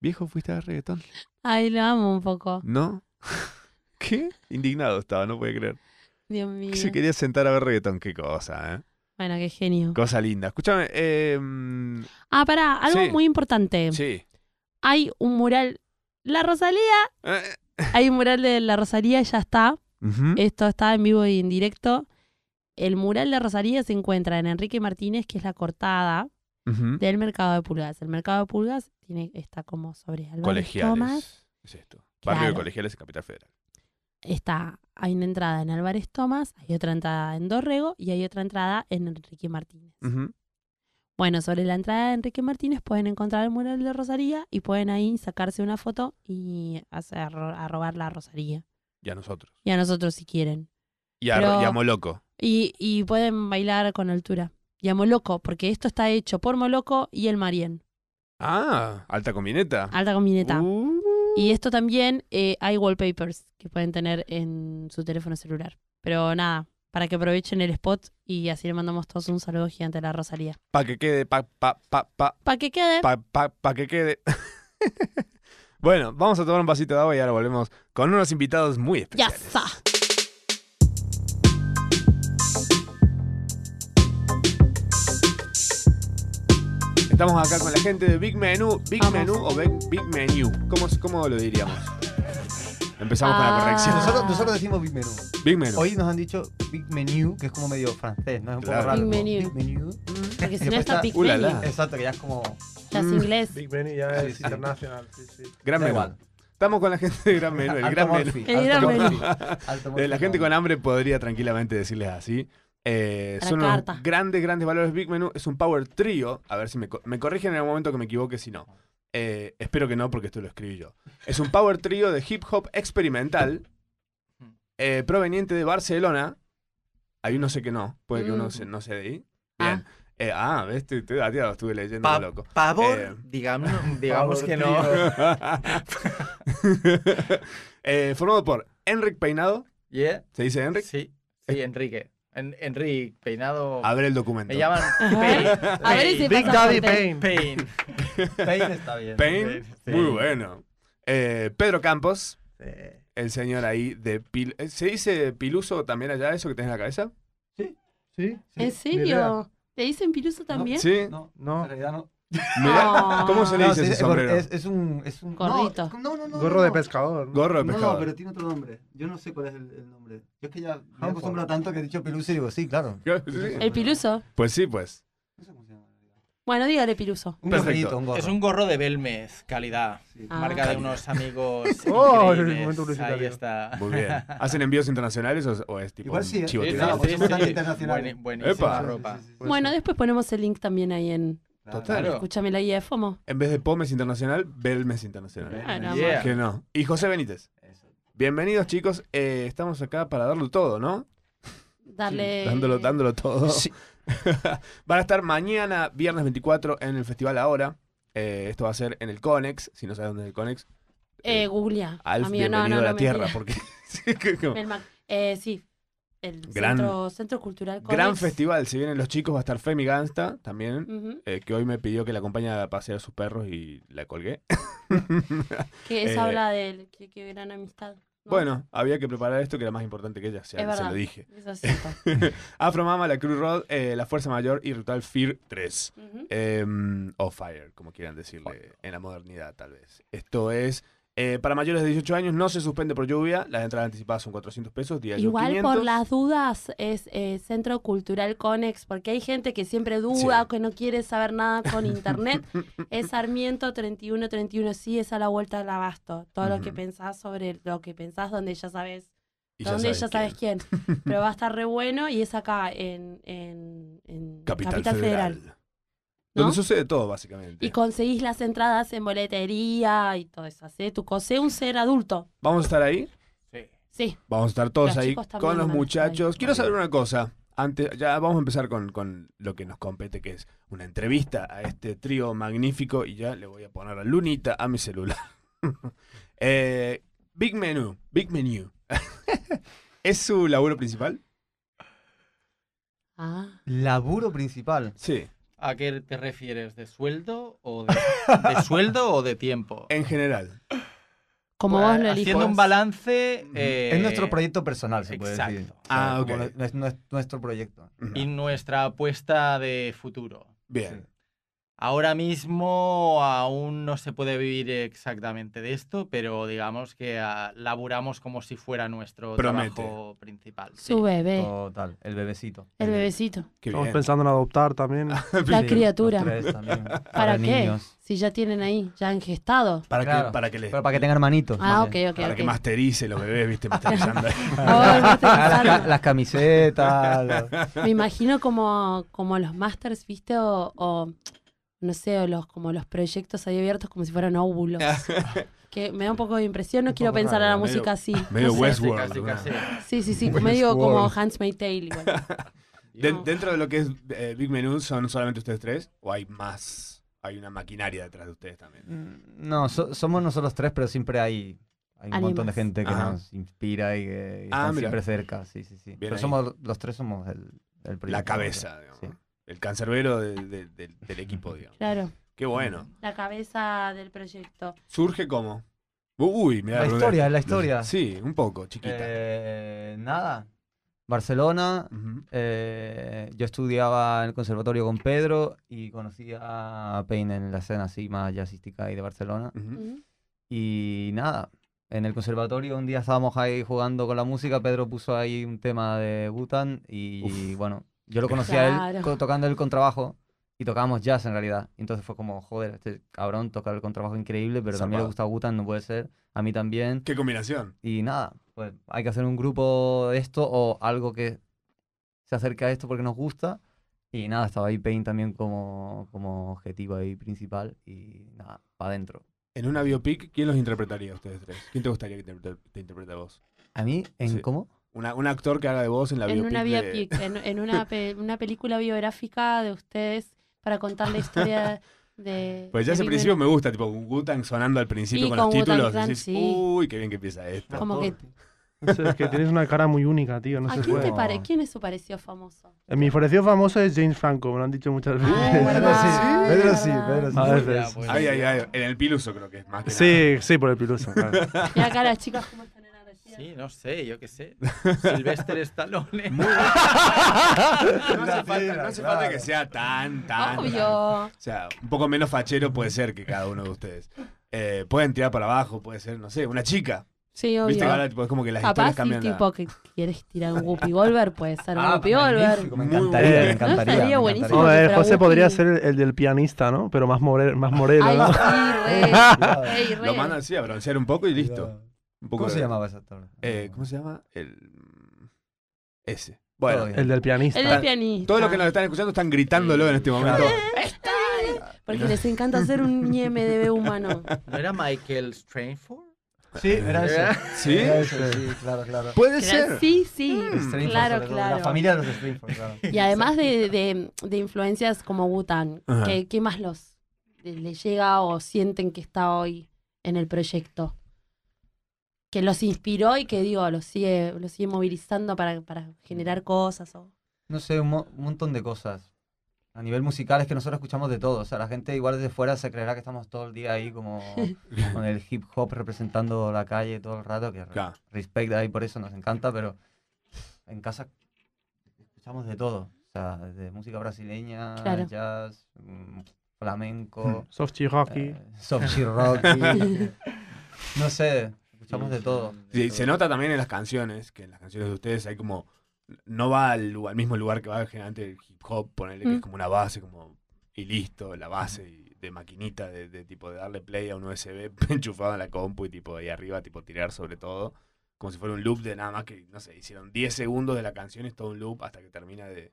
[SPEAKER 2] Viejo, ¿fuiste a ver
[SPEAKER 3] <laughs>
[SPEAKER 2] reggaetón?
[SPEAKER 3] Ay, lo amo un poco.
[SPEAKER 2] ¿No? <laughs> ¿Qué? Indignado estaba, no podía creer.
[SPEAKER 3] Dios
[SPEAKER 2] <laughs>
[SPEAKER 3] mío.
[SPEAKER 2] Que se quería sentar a ver reggaetón, qué cosa, ¿eh?
[SPEAKER 3] Bueno, qué genio.
[SPEAKER 2] Cosa linda. Escúchame, eh, mm,
[SPEAKER 3] Ah, pará, algo
[SPEAKER 2] Sí.
[SPEAKER 3] muy importante.
[SPEAKER 2] sí.
[SPEAKER 3] Hay un mural. La Rosalía.
[SPEAKER 2] Eh,
[SPEAKER 3] Hay un mural de La Rosalía, ya está.
[SPEAKER 2] ujú.
[SPEAKER 3] Esto está en vivo y en directo. El mural de Rosalía se encuentra en Enrique Martínez, que es la cortada
[SPEAKER 2] Ujú.
[SPEAKER 3] del mercado de pulgas. El mercado de pulgas tiene, está como sobre Álvarez Thomas.
[SPEAKER 2] Colegiales. Es esto. Barrio de
[SPEAKER 3] Claro.
[SPEAKER 2] colegiales en Capital Federal.
[SPEAKER 3] está, hay una entrada en Álvarez Tomás, hay otra entrada en Dorrego y hay otra entrada en Enrique Martínez.
[SPEAKER 2] Ujú.
[SPEAKER 3] Bueno, sobre la entrada de Enrique Martínez pueden encontrar el mural de Rosaría y pueden ahí sacarse una foto y hacer, robar la Rosaría.
[SPEAKER 2] Y a nosotros.
[SPEAKER 3] Y a nosotros si quieren.
[SPEAKER 2] Y a,
[SPEAKER 3] Pero-
[SPEAKER 2] y a Moloco.
[SPEAKER 3] Y, y pueden bailar con altura. Y a Moloco, porque esto está hecho por Moloco y el Marién,
[SPEAKER 2] Ah, alta combineta.
[SPEAKER 3] alta combineta.
[SPEAKER 2] Uh.
[SPEAKER 3] Y esto también eh, hay wallpapers que pueden tener en su teléfono celular. Pero nada, para que aprovechen el spot y así le mandamos todos un saludo gigante a la Rosalía.
[SPEAKER 2] Pa' que quede, pa, pa, pa, pa,
[SPEAKER 3] Para que quede.
[SPEAKER 2] pa, pa, pa' que quede. <laughs> bueno, vamos a tomar un vasito de agua y ahora volvemos con unos invitados muy
[SPEAKER 3] ya
[SPEAKER 2] especiales.
[SPEAKER 3] está.
[SPEAKER 2] Estamos Estamos acá con la gente de Big Menu, Big
[SPEAKER 3] Vamos.
[SPEAKER 2] Menu o Big, Big Menu. ¿Cómo, cómo lo diríamos? Empezamos con la
[SPEAKER 3] Ah.
[SPEAKER 2] corrección.
[SPEAKER 5] Nosotros, nosotros decimos Big Menu.
[SPEAKER 2] Big Menu.
[SPEAKER 5] Hoy nos han dicho Big Menu, que es como medio francés, ¿no? Es un
[SPEAKER 2] Claro.
[SPEAKER 5] poco raro.
[SPEAKER 3] Big
[SPEAKER 5] como
[SPEAKER 3] Menu.
[SPEAKER 5] Big Menu.
[SPEAKER 3] Porque si no
[SPEAKER 5] Después
[SPEAKER 3] está
[SPEAKER 5] está-
[SPEAKER 3] Big
[SPEAKER 2] Uh, la,
[SPEAKER 3] Menu,
[SPEAKER 2] la.
[SPEAKER 5] Exacto, que ya es como.
[SPEAKER 3] estás
[SPEAKER 2] Mm.
[SPEAKER 3] inglés.
[SPEAKER 6] Big Benny ya
[SPEAKER 5] Sí,
[SPEAKER 6] es
[SPEAKER 5] sí.
[SPEAKER 6] internacional. Sí, sí.
[SPEAKER 2] Gran
[SPEAKER 5] da
[SPEAKER 2] menú.
[SPEAKER 5] igual.
[SPEAKER 2] Estamos con la gente de Gran Menú, el
[SPEAKER 5] Alto
[SPEAKER 2] Gran Menú.
[SPEAKER 5] Morphy,
[SPEAKER 3] El
[SPEAKER 5] alto
[SPEAKER 3] gran
[SPEAKER 5] Morphy,
[SPEAKER 3] menú.
[SPEAKER 5] alto
[SPEAKER 2] Eh, la
[SPEAKER 5] Morphy,
[SPEAKER 2] gente
[SPEAKER 5] no.
[SPEAKER 2] con hambre podría tranquilamente decirles así. Eh,
[SPEAKER 3] A la
[SPEAKER 2] son unos
[SPEAKER 3] carta.
[SPEAKER 2] grandes, grandes valores Big Menu. Es un power trio. A ver si me, co- me corrigen en el momento que me equivoque, si no. Eh, espero que no, porque esto lo escribí yo. Es un power trio de hip hop experimental eh, proveniente de Barcelona. Hay uno sé que no, puede que uno
[SPEAKER 3] Mm.
[SPEAKER 2] se- no sea de ahí.
[SPEAKER 3] Ah.
[SPEAKER 2] Bien. Eh, Ah, ves, estoy, estoy dateado, estuve leyendo
[SPEAKER 7] Pa-
[SPEAKER 2] loco.
[SPEAKER 7] Pavor,
[SPEAKER 2] Eh,
[SPEAKER 7] digamos, <laughs> digamos
[SPEAKER 5] Pavor,
[SPEAKER 7] que
[SPEAKER 5] tío.
[SPEAKER 7] no.
[SPEAKER 2] <laughs> Eh, formado por Enric Peinado.
[SPEAKER 7] Yeah.
[SPEAKER 2] ¿Se dice Enric?
[SPEAKER 7] Sí, sí, Enrique. En, Enrique, peinado.
[SPEAKER 2] Abre el documento. <laughs>
[SPEAKER 7] Me llaman
[SPEAKER 3] Ajá.
[SPEAKER 7] Pain.
[SPEAKER 3] A ver ese
[SPEAKER 6] Big Daddy
[SPEAKER 3] pasaporte.
[SPEAKER 6] Payne.
[SPEAKER 3] <laughs>
[SPEAKER 7] Pain.
[SPEAKER 5] Pain está bien.
[SPEAKER 2] Pain,
[SPEAKER 7] Sí.
[SPEAKER 2] muy bueno. Eh, Pedro Campos,
[SPEAKER 6] Sí.
[SPEAKER 2] el señor ahí de Pil- eh, ¿Se dice piluso también allá, eso que tenés en la cabeza?
[SPEAKER 6] Sí, sí,
[SPEAKER 3] ¿En
[SPEAKER 6] ni idea.
[SPEAKER 3] serio? ¿Te dicen piluso también?
[SPEAKER 2] Sí.
[SPEAKER 5] No,
[SPEAKER 6] No.
[SPEAKER 5] en realidad no.
[SPEAKER 2] Mirá, ¿Cómo se le
[SPEAKER 5] No,
[SPEAKER 2] dice
[SPEAKER 5] sí,
[SPEAKER 2] ese
[SPEAKER 5] es-
[SPEAKER 2] sombrero?
[SPEAKER 5] Es, es un. Es un
[SPEAKER 3] Gorrito.
[SPEAKER 5] No, no, no, no.
[SPEAKER 6] Gorro de
[SPEAKER 5] no.
[SPEAKER 6] pescador. ¿no?
[SPEAKER 2] Gorro de
[SPEAKER 5] No,
[SPEAKER 2] pescador.
[SPEAKER 5] no, pero tiene otro nombre. Yo no sé cuál es el, el nombre. Yo es que ya me
[SPEAKER 6] Hanford.
[SPEAKER 5] acostumbro tanto que he dicho Pelusa y digo, sí, claro.
[SPEAKER 2] <laughs> Sí.
[SPEAKER 3] ¿El piluso?
[SPEAKER 2] Pues sí, pues.
[SPEAKER 5] No sé cómo se llama. en realidad.
[SPEAKER 3] Bueno, dígale piluso.
[SPEAKER 5] Un
[SPEAKER 2] Perfecto.
[SPEAKER 5] gorrito, un gorro.
[SPEAKER 7] Es un gorro de Belmes, calidad.
[SPEAKER 5] Sí.
[SPEAKER 3] Ah.
[SPEAKER 7] Marca de unos amigos. <laughs>
[SPEAKER 6] Oh, el
[SPEAKER 7] increíbles.
[SPEAKER 6] momento
[SPEAKER 7] Ahí
[SPEAKER 6] publicitario.
[SPEAKER 7] está.
[SPEAKER 2] Muy
[SPEAKER 5] <laughs>
[SPEAKER 2] bien. ¿Hacen envíos internacionales o, o es tipo
[SPEAKER 5] Igual
[SPEAKER 2] un
[SPEAKER 5] sí, eh.
[SPEAKER 7] Sí,
[SPEAKER 2] chivoteado?
[SPEAKER 5] Cuidado,
[SPEAKER 7] sí,
[SPEAKER 5] porque
[SPEAKER 7] sí,
[SPEAKER 5] somos
[SPEAKER 7] sí.
[SPEAKER 5] tan internacionales.
[SPEAKER 7] Bueni- buenísima
[SPEAKER 2] Epa.
[SPEAKER 7] ropa.
[SPEAKER 3] Bueno, después ponemos el link también ahí en
[SPEAKER 2] Total.
[SPEAKER 7] Claro.
[SPEAKER 3] Escúchame la guía de FOMO.
[SPEAKER 2] En vez de Pomes Internacional, Belmes Internacional.
[SPEAKER 3] Claro,
[SPEAKER 7] Yeah.
[SPEAKER 2] Que no. Y José Benítez. Bienvenidos, chicos. Eh, estamos acá para darlo todo, ¿no?
[SPEAKER 3] Dale.
[SPEAKER 2] Dándolo, dándolo todo. <laughs> Van a estar mañana, viernes 24, en el festival ahora. Eh, esto va a ser en el Conex. Si no sabes dónde es el Conex,
[SPEAKER 3] Eh, Googlea.
[SPEAKER 2] Alf,
[SPEAKER 3] Amigo, no,
[SPEAKER 2] bienvenido
[SPEAKER 3] no,
[SPEAKER 2] a la
[SPEAKER 3] no,
[SPEAKER 2] Tierra.
[SPEAKER 3] mentira.
[SPEAKER 2] Porque <laughs> sí, que como-
[SPEAKER 3] Melmac. Eh, sí. El
[SPEAKER 2] Gran-
[SPEAKER 3] centro, centro Cultural Conex.
[SPEAKER 2] gran festival. Se vienen los chicos, va a estar Femi Gansta también.
[SPEAKER 3] Ujú.
[SPEAKER 2] eh, que hoy me pidió que la acompañe a pasear a sus perros y la
[SPEAKER 3] <laughs>
[SPEAKER 2] colgué. <laughs>
[SPEAKER 3] Que eso
[SPEAKER 2] Eh,
[SPEAKER 3] habla de él. Qué, qué gran amistad. ¿no?
[SPEAKER 2] Bueno, había que preparar esto que era más importante que ella, se,
[SPEAKER 3] Es
[SPEAKER 2] se
[SPEAKER 3] verdad.
[SPEAKER 2] lo dije. <laughs>
[SPEAKER 3] Eso es cierto.
[SPEAKER 2] Afro Mama, La Cruz Road, eh, La Fuerza Mayor y Ritual Fear 3.
[SPEAKER 3] Ujú.
[SPEAKER 2] Em, o Fire, como quieran decirle en la modernidad, tal vez. Esto es. eh, para mayores de 18 años no se suspende por lluvia. Las entradas anticipadas son 400 pesos. día de
[SPEAKER 3] Igual
[SPEAKER 2] 500.
[SPEAKER 3] por las dudas es eh, Centro Cultural Conex, porque hay gente que siempre duda,
[SPEAKER 2] Sí.
[SPEAKER 3] que no quiere saber nada con
[SPEAKER 2] <laughs>
[SPEAKER 3] internet. es Sarmiento 3131, sí, es a la vuelta del abasto. Todo lo que
[SPEAKER 2] Ujú.
[SPEAKER 3] pensás sobre lo que pensás, donde ya sabes,
[SPEAKER 2] Y ya
[SPEAKER 3] donde
[SPEAKER 2] sabes
[SPEAKER 3] ya
[SPEAKER 2] quién.
[SPEAKER 3] sabes quién.
[SPEAKER 2] <laughs>
[SPEAKER 3] Pero va a estar re bueno y es acá en, en, en
[SPEAKER 2] Capital, Federal.
[SPEAKER 3] ¿no?
[SPEAKER 2] Donde sucede todo, básicamente.
[SPEAKER 3] Y conseguís las entradas en boletería y todo eso. Hacé tu cosé un ser adulto.
[SPEAKER 2] Vamos a estar ahí.
[SPEAKER 7] Sí.
[SPEAKER 3] Sí,
[SPEAKER 2] Vamos a estar todos
[SPEAKER 3] Los
[SPEAKER 2] ahí
[SPEAKER 3] chicos también
[SPEAKER 2] con los
[SPEAKER 3] van a estar
[SPEAKER 2] muchachos.
[SPEAKER 3] ahí.
[SPEAKER 2] Quiero
[SPEAKER 3] Muy
[SPEAKER 2] saber una cosa. Antes, ya vamos a empezar con, con lo que nos compete, que es una entrevista a este trío magnífico. Y ya le voy a poner a Lunita a mi celular. <laughs> Eh, Big Menu. Big Menu. <laughs> ¿Es su laburo principal?
[SPEAKER 3] ah,
[SPEAKER 5] Laburo principal.
[SPEAKER 2] Sí.
[SPEAKER 7] ¿A qué te refieres? ¿De sueldo o de, <laughs> de sueldo o de tiempo?
[SPEAKER 2] En general.
[SPEAKER 3] como
[SPEAKER 7] Pues,
[SPEAKER 3] vos lo eliges.
[SPEAKER 7] Haciendo un balance. eh,
[SPEAKER 5] es nuestro proyecto personal, se puede
[SPEAKER 7] exacto.
[SPEAKER 5] decir.
[SPEAKER 2] Ah,
[SPEAKER 5] Como
[SPEAKER 2] ok.
[SPEAKER 5] lo- Es nues- nuestro proyecto.
[SPEAKER 7] Y nuestra apuesta de futuro.
[SPEAKER 2] Bien.
[SPEAKER 7] Ahora mismo aún no se puede vivir exactamente de esto, pero digamos que ah, laburamos como si fuera nuestro
[SPEAKER 2] Promete.
[SPEAKER 7] trabajo principal. sí.
[SPEAKER 3] Su bebé,
[SPEAKER 5] Total, el bebecito.
[SPEAKER 3] el bebecito,
[SPEAKER 2] Qué
[SPEAKER 6] Estamos
[SPEAKER 2] bien.
[SPEAKER 6] pensando en adoptar <laughs> también.
[SPEAKER 3] la
[SPEAKER 5] Sí,
[SPEAKER 3] criatura.
[SPEAKER 5] los
[SPEAKER 3] <laughs>
[SPEAKER 5] tres también,
[SPEAKER 3] ¿Para qué?
[SPEAKER 5] niños.
[SPEAKER 3] Si ya tienen ahí, ya han gestado.
[SPEAKER 2] Para, que,
[SPEAKER 5] Claro.
[SPEAKER 2] para que le-
[SPEAKER 5] Pero para que tenga hermanitos.
[SPEAKER 3] Ah,
[SPEAKER 5] más
[SPEAKER 3] ok,
[SPEAKER 5] bien.
[SPEAKER 3] ok.
[SPEAKER 2] para
[SPEAKER 3] ok.
[SPEAKER 2] que masterice los bebés, viste, masterizando.
[SPEAKER 3] <laughs> Ay, vos te
[SPEAKER 5] Ah, las,
[SPEAKER 3] pensás,
[SPEAKER 5] ca- las camisetas.
[SPEAKER 3] <laughs>
[SPEAKER 5] los-
[SPEAKER 3] Me imagino como, como los masters, ¿viste? O, o, no sé, o los, como los proyectos ahí abiertos como si fueran óvulos. que me da un poco de impresión, no
[SPEAKER 5] Un
[SPEAKER 3] quiero
[SPEAKER 5] poco
[SPEAKER 3] pensar a la
[SPEAKER 5] raro,
[SPEAKER 2] medio-
[SPEAKER 3] música así.
[SPEAKER 2] medio
[SPEAKER 3] No sé.
[SPEAKER 2] West-
[SPEAKER 7] Casi,
[SPEAKER 2] Westworld,
[SPEAKER 7] casi,
[SPEAKER 2] una-
[SPEAKER 7] casi.
[SPEAKER 3] Sí, sí, sí,
[SPEAKER 6] Westworld.
[SPEAKER 3] medio como Hans May
[SPEAKER 2] <laughs>
[SPEAKER 3] Tale igual.
[SPEAKER 2] De-
[SPEAKER 3] No.
[SPEAKER 2] Dentro de lo que es eh, Big Menu, ¿son solamente ustedes tres? ¿O hay más? Hay una maquinaria detrás de ustedes también.
[SPEAKER 5] No, so- somos nosotros tres, pero siempre hay, hay un
[SPEAKER 3] Alguien
[SPEAKER 5] montón de
[SPEAKER 3] más.
[SPEAKER 5] gente que
[SPEAKER 2] Ajá.
[SPEAKER 5] nos inspira y que
[SPEAKER 2] Ah,
[SPEAKER 5] está
[SPEAKER 2] mira.
[SPEAKER 5] siempre cerca. Sí, sí, sí. Pero
[SPEAKER 2] ahí.
[SPEAKER 5] somos los tres somos el, el proyecto.
[SPEAKER 2] la cabeza, digamos,
[SPEAKER 5] Sí.
[SPEAKER 2] ¿no? El cancerbero de- de- del- del
[SPEAKER 3] <laughs>
[SPEAKER 2] equipo, digamos.
[SPEAKER 3] Claro,
[SPEAKER 2] Qué bueno.
[SPEAKER 3] la cabeza del proyecto.
[SPEAKER 2] ¿Surge cómo? Uy, mira.
[SPEAKER 5] La historia, Eh. la historia.
[SPEAKER 2] Sí, un poco, chiquita.
[SPEAKER 5] Eh, nada. Barcelona.
[SPEAKER 2] Ujú.
[SPEAKER 5] eh, yo estudiaba en el conservatorio con Pedro y conocí a Payne en la escena así más jazzística ahí de Barcelona.
[SPEAKER 2] Ujú.
[SPEAKER 3] Mm.
[SPEAKER 5] Y nada, en el conservatorio un día estábamos ahí jugando con la música, Pedro puso ahí un tema de Butan y bueno, yo lo conocí a
[SPEAKER 3] Claro.
[SPEAKER 5] él co- tocando el contrabajo y tocábamos jazz en realidad. Y Entonces fue como, joder, este cabrón toca el contrabajo increíble, pero también
[SPEAKER 2] Zarpado.
[SPEAKER 5] le gusta Butan, no puede ser, a mí también.
[SPEAKER 2] Qué combinación.
[SPEAKER 5] Y nada, pues hay que hacer un grupo de esto o algo que se acerque a esto porque nos gusta. Y nada, estaba ahí Pain también como, como objetivo ahí principal y nada, para adentro.
[SPEAKER 2] En una biopic, ¿quién los interpretaría a ustedes tres? ¿Quién te gustaría que te, interprete- te interprete a vos?
[SPEAKER 5] A mí, ¿en
[SPEAKER 2] Sí.
[SPEAKER 5] cómo?
[SPEAKER 2] Una- un actor que haga de voz en la
[SPEAKER 3] en
[SPEAKER 2] biopic.
[SPEAKER 3] una
[SPEAKER 2] de-
[SPEAKER 3] biopic, en, en una, pe- una película biográfica de ustedes para contar
[SPEAKER 2] <laughs>
[SPEAKER 3] la historia de.
[SPEAKER 2] Pues ya
[SPEAKER 3] de
[SPEAKER 2] ese
[SPEAKER 3] Big
[SPEAKER 2] principio
[SPEAKER 3] Ben.
[SPEAKER 2] me gusta, tipo Gutang sonando al principio
[SPEAKER 3] Sí,
[SPEAKER 2] con, los
[SPEAKER 3] con Wu-Tang
[SPEAKER 2] títulos.
[SPEAKER 3] Clan,
[SPEAKER 2] decís,
[SPEAKER 3] sí.
[SPEAKER 2] uy, qué bien que empieza esto.
[SPEAKER 3] Como que-
[SPEAKER 6] No sé, es que tienes una cara muy única, tío. No
[SPEAKER 3] ¿A
[SPEAKER 6] se
[SPEAKER 3] quién, te
[SPEAKER 6] puede. Eh,
[SPEAKER 5] fue?
[SPEAKER 3] pare... ¿Quién es su parecido famoso?
[SPEAKER 6] Mi parecido famoso es James Franco, me lo han dicho muchas veces.
[SPEAKER 3] Ah, es
[SPEAKER 5] Pedro
[SPEAKER 3] verdad,
[SPEAKER 5] sí,
[SPEAKER 3] es
[SPEAKER 5] Pedro sí,
[SPEAKER 3] verdad.
[SPEAKER 5] Pedro sí.
[SPEAKER 6] A
[SPEAKER 7] Muy
[SPEAKER 6] veces.
[SPEAKER 7] guapo,
[SPEAKER 2] Ay,
[SPEAKER 7] ¿eh?
[SPEAKER 2] ay, ay. En el piluso creo que es más que nada.
[SPEAKER 6] <laughs> Sí, sí, por el piluso. <laughs> claro.
[SPEAKER 3] Mira acá las chicas cómo están agradecidas.
[SPEAKER 7] Sí, no sé, yo
[SPEAKER 2] <laughs>
[SPEAKER 7] qué sé. Sylvester Stallone.
[SPEAKER 2] No hace falta, no hace falta que sea tan, tan. tan.
[SPEAKER 3] Obvio.
[SPEAKER 2] O sea, un poco menos fachero puede ser que cada uno de ustedes. Eh, pueden tirar para abajo, puede ser, no sé, una chica.
[SPEAKER 3] Sí, obvio.
[SPEAKER 2] Viste que ahora tipo, es como que las historias
[SPEAKER 3] Capaz si
[SPEAKER 2] cambian. la-
[SPEAKER 3] tipo que quieres tirar un Whoopi Goldberg, puede ser un
[SPEAKER 5] Ah,
[SPEAKER 3] Whoopi
[SPEAKER 5] magnífico,
[SPEAKER 3] Goldberg.
[SPEAKER 5] me
[SPEAKER 2] Muy
[SPEAKER 5] encantaría,
[SPEAKER 6] bueno.
[SPEAKER 5] me encantaría.
[SPEAKER 3] Estaría
[SPEAKER 5] me
[SPEAKER 3] buenísimo.
[SPEAKER 6] No,
[SPEAKER 5] encantaría.
[SPEAKER 3] Oye,
[SPEAKER 6] eh,
[SPEAKER 3] pero
[SPEAKER 6] José
[SPEAKER 3] Guti-
[SPEAKER 6] podría ser el, el del pianista, ¿no? Pero más, more- más moreno,
[SPEAKER 3] Ay,
[SPEAKER 6] ¿no?
[SPEAKER 3] sí,
[SPEAKER 2] <laughs>
[SPEAKER 3] re. Ey, re.
[SPEAKER 2] Lo mandan así a broncear un poco y listo. Un poco
[SPEAKER 5] ¿Cómo se
[SPEAKER 2] de-
[SPEAKER 5] llamaba ese actor?
[SPEAKER 2] Eh, ¿Cómo se llama? El. mm, Ese. Bueno,
[SPEAKER 5] Todavía.
[SPEAKER 6] El del pianista.
[SPEAKER 3] El del pianista.
[SPEAKER 2] todos
[SPEAKER 3] <laughs>
[SPEAKER 2] los que nos están escuchando están gritándolo en este momento.
[SPEAKER 3] Porque les encanta hacer un IMDB
[SPEAKER 2] <laughs>
[SPEAKER 3] humano.
[SPEAKER 7] ¿No era Michael Strainford?
[SPEAKER 5] Sí, era
[SPEAKER 7] ¿Era?
[SPEAKER 5] ese.
[SPEAKER 2] ¿Sí?
[SPEAKER 5] Era ese, sí, claro, claro.
[SPEAKER 2] Puede
[SPEAKER 3] Era-
[SPEAKER 2] ser.
[SPEAKER 3] Sí, sí.
[SPEAKER 2] Mm.
[SPEAKER 5] Stringford,
[SPEAKER 3] Claro,
[SPEAKER 5] sobre todo,
[SPEAKER 3] claro.
[SPEAKER 5] La familia de los Stringford, claro.
[SPEAKER 3] Y además de, de- de influencias como Wutan,
[SPEAKER 2] Ajá.
[SPEAKER 3] ¿qué, qué más los eh, le llega o sienten que está hoy en el proyecto? Que los inspiró y que digo, los sigue, los sigue movilizando para, para generar
[SPEAKER 2] <laughs>
[SPEAKER 3] cosas. O...
[SPEAKER 5] No sé, un, mo- un montón de cosas. A nivel musical es que nosotros escuchamos de todo. O sea, la gente igual desde fuera se creerá que estamos todo el día
[SPEAKER 3] <laughs>
[SPEAKER 5] ahí como con el hip hop representando la calle todo el rato. Que re-
[SPEAKER 2] Claro.
[SPEAKER 5] respect ahí por eso nos encanta, pero en casa escuchamos de todo. O sea, desde música brasileña,
[SPEAKER 3] Claro.
[SPEAKER 5] jazz, mm,
[SPEAKER 2] Hmm.
[SPEAKER 5] flamenco,
[SPEAKER 6] Soft Chiraki.
[SPEAKER 5] eh, soft rock.
[SPEAKER 3] <laughs>
[SPEAKER 5] eh, no sé, escuchamos de todo.
[SPEAKER 2] Sí, se nota también en las canciones, que en las canciones de ustedes hay como. No va al, lugar- al mismo lugar que va generalmente el hip hop, ponerle que
[SPEAKER 3] Mm.
[SPEAKER 2] es como una base, como. Y listo, la base y de maquinita, de, de tipo de darle play a un USB <laughs> enchufado en la compu y tipo ahí arriba, tipo tirar sobre todo. Como si fuera un loop de nada más que, no sé, hicieron 10 segundos de la canción, es todo un loop hasta que termina de,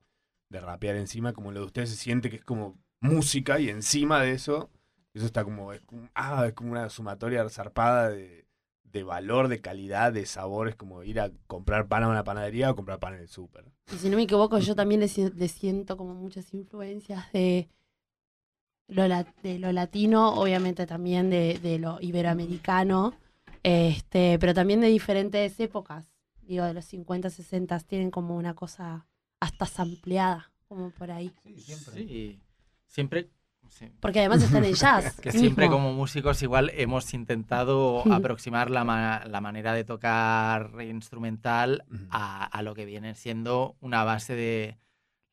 [SPEAKER 2] de rapear encima. Como lo de ustedes se siente que es como música y encima de eso, eso está como. Es como, ah, es como una sumatoria zarpada de de valor, de calidad, de sabor. Es como ir a comprar pan a una panadería o comprar pan en el súper.
[SPEAKER 3] Y si no me equivoco, yo también le, si- le siento como muchas influencias de lo, la- de lo latino, obviamente también de, de lo iberoamericano, este, pero también de diferentes épocas. Digo, de los 50, 60 tienen como una cosa hasta sampleada, como por ahí.
[SPEAKER 5] Sí, siempre.
[SPEAKER 7] Sí. Siempre. sí.
[SPEAKER 3] Porque además está en el jazz.
[SPEAKER 7] Que siempre
[SPEAKER 3] mismo.
[SPEAKER 7] como músicos igual hemos intentado
[SPEAKER 3] Ujú.
[SPEAKER 7] aproximar la, ma- la manera de tocar instrumental
[SPEAKER 2] Ah,
[SPEAKER 7] a, a lo que viene siendo una base de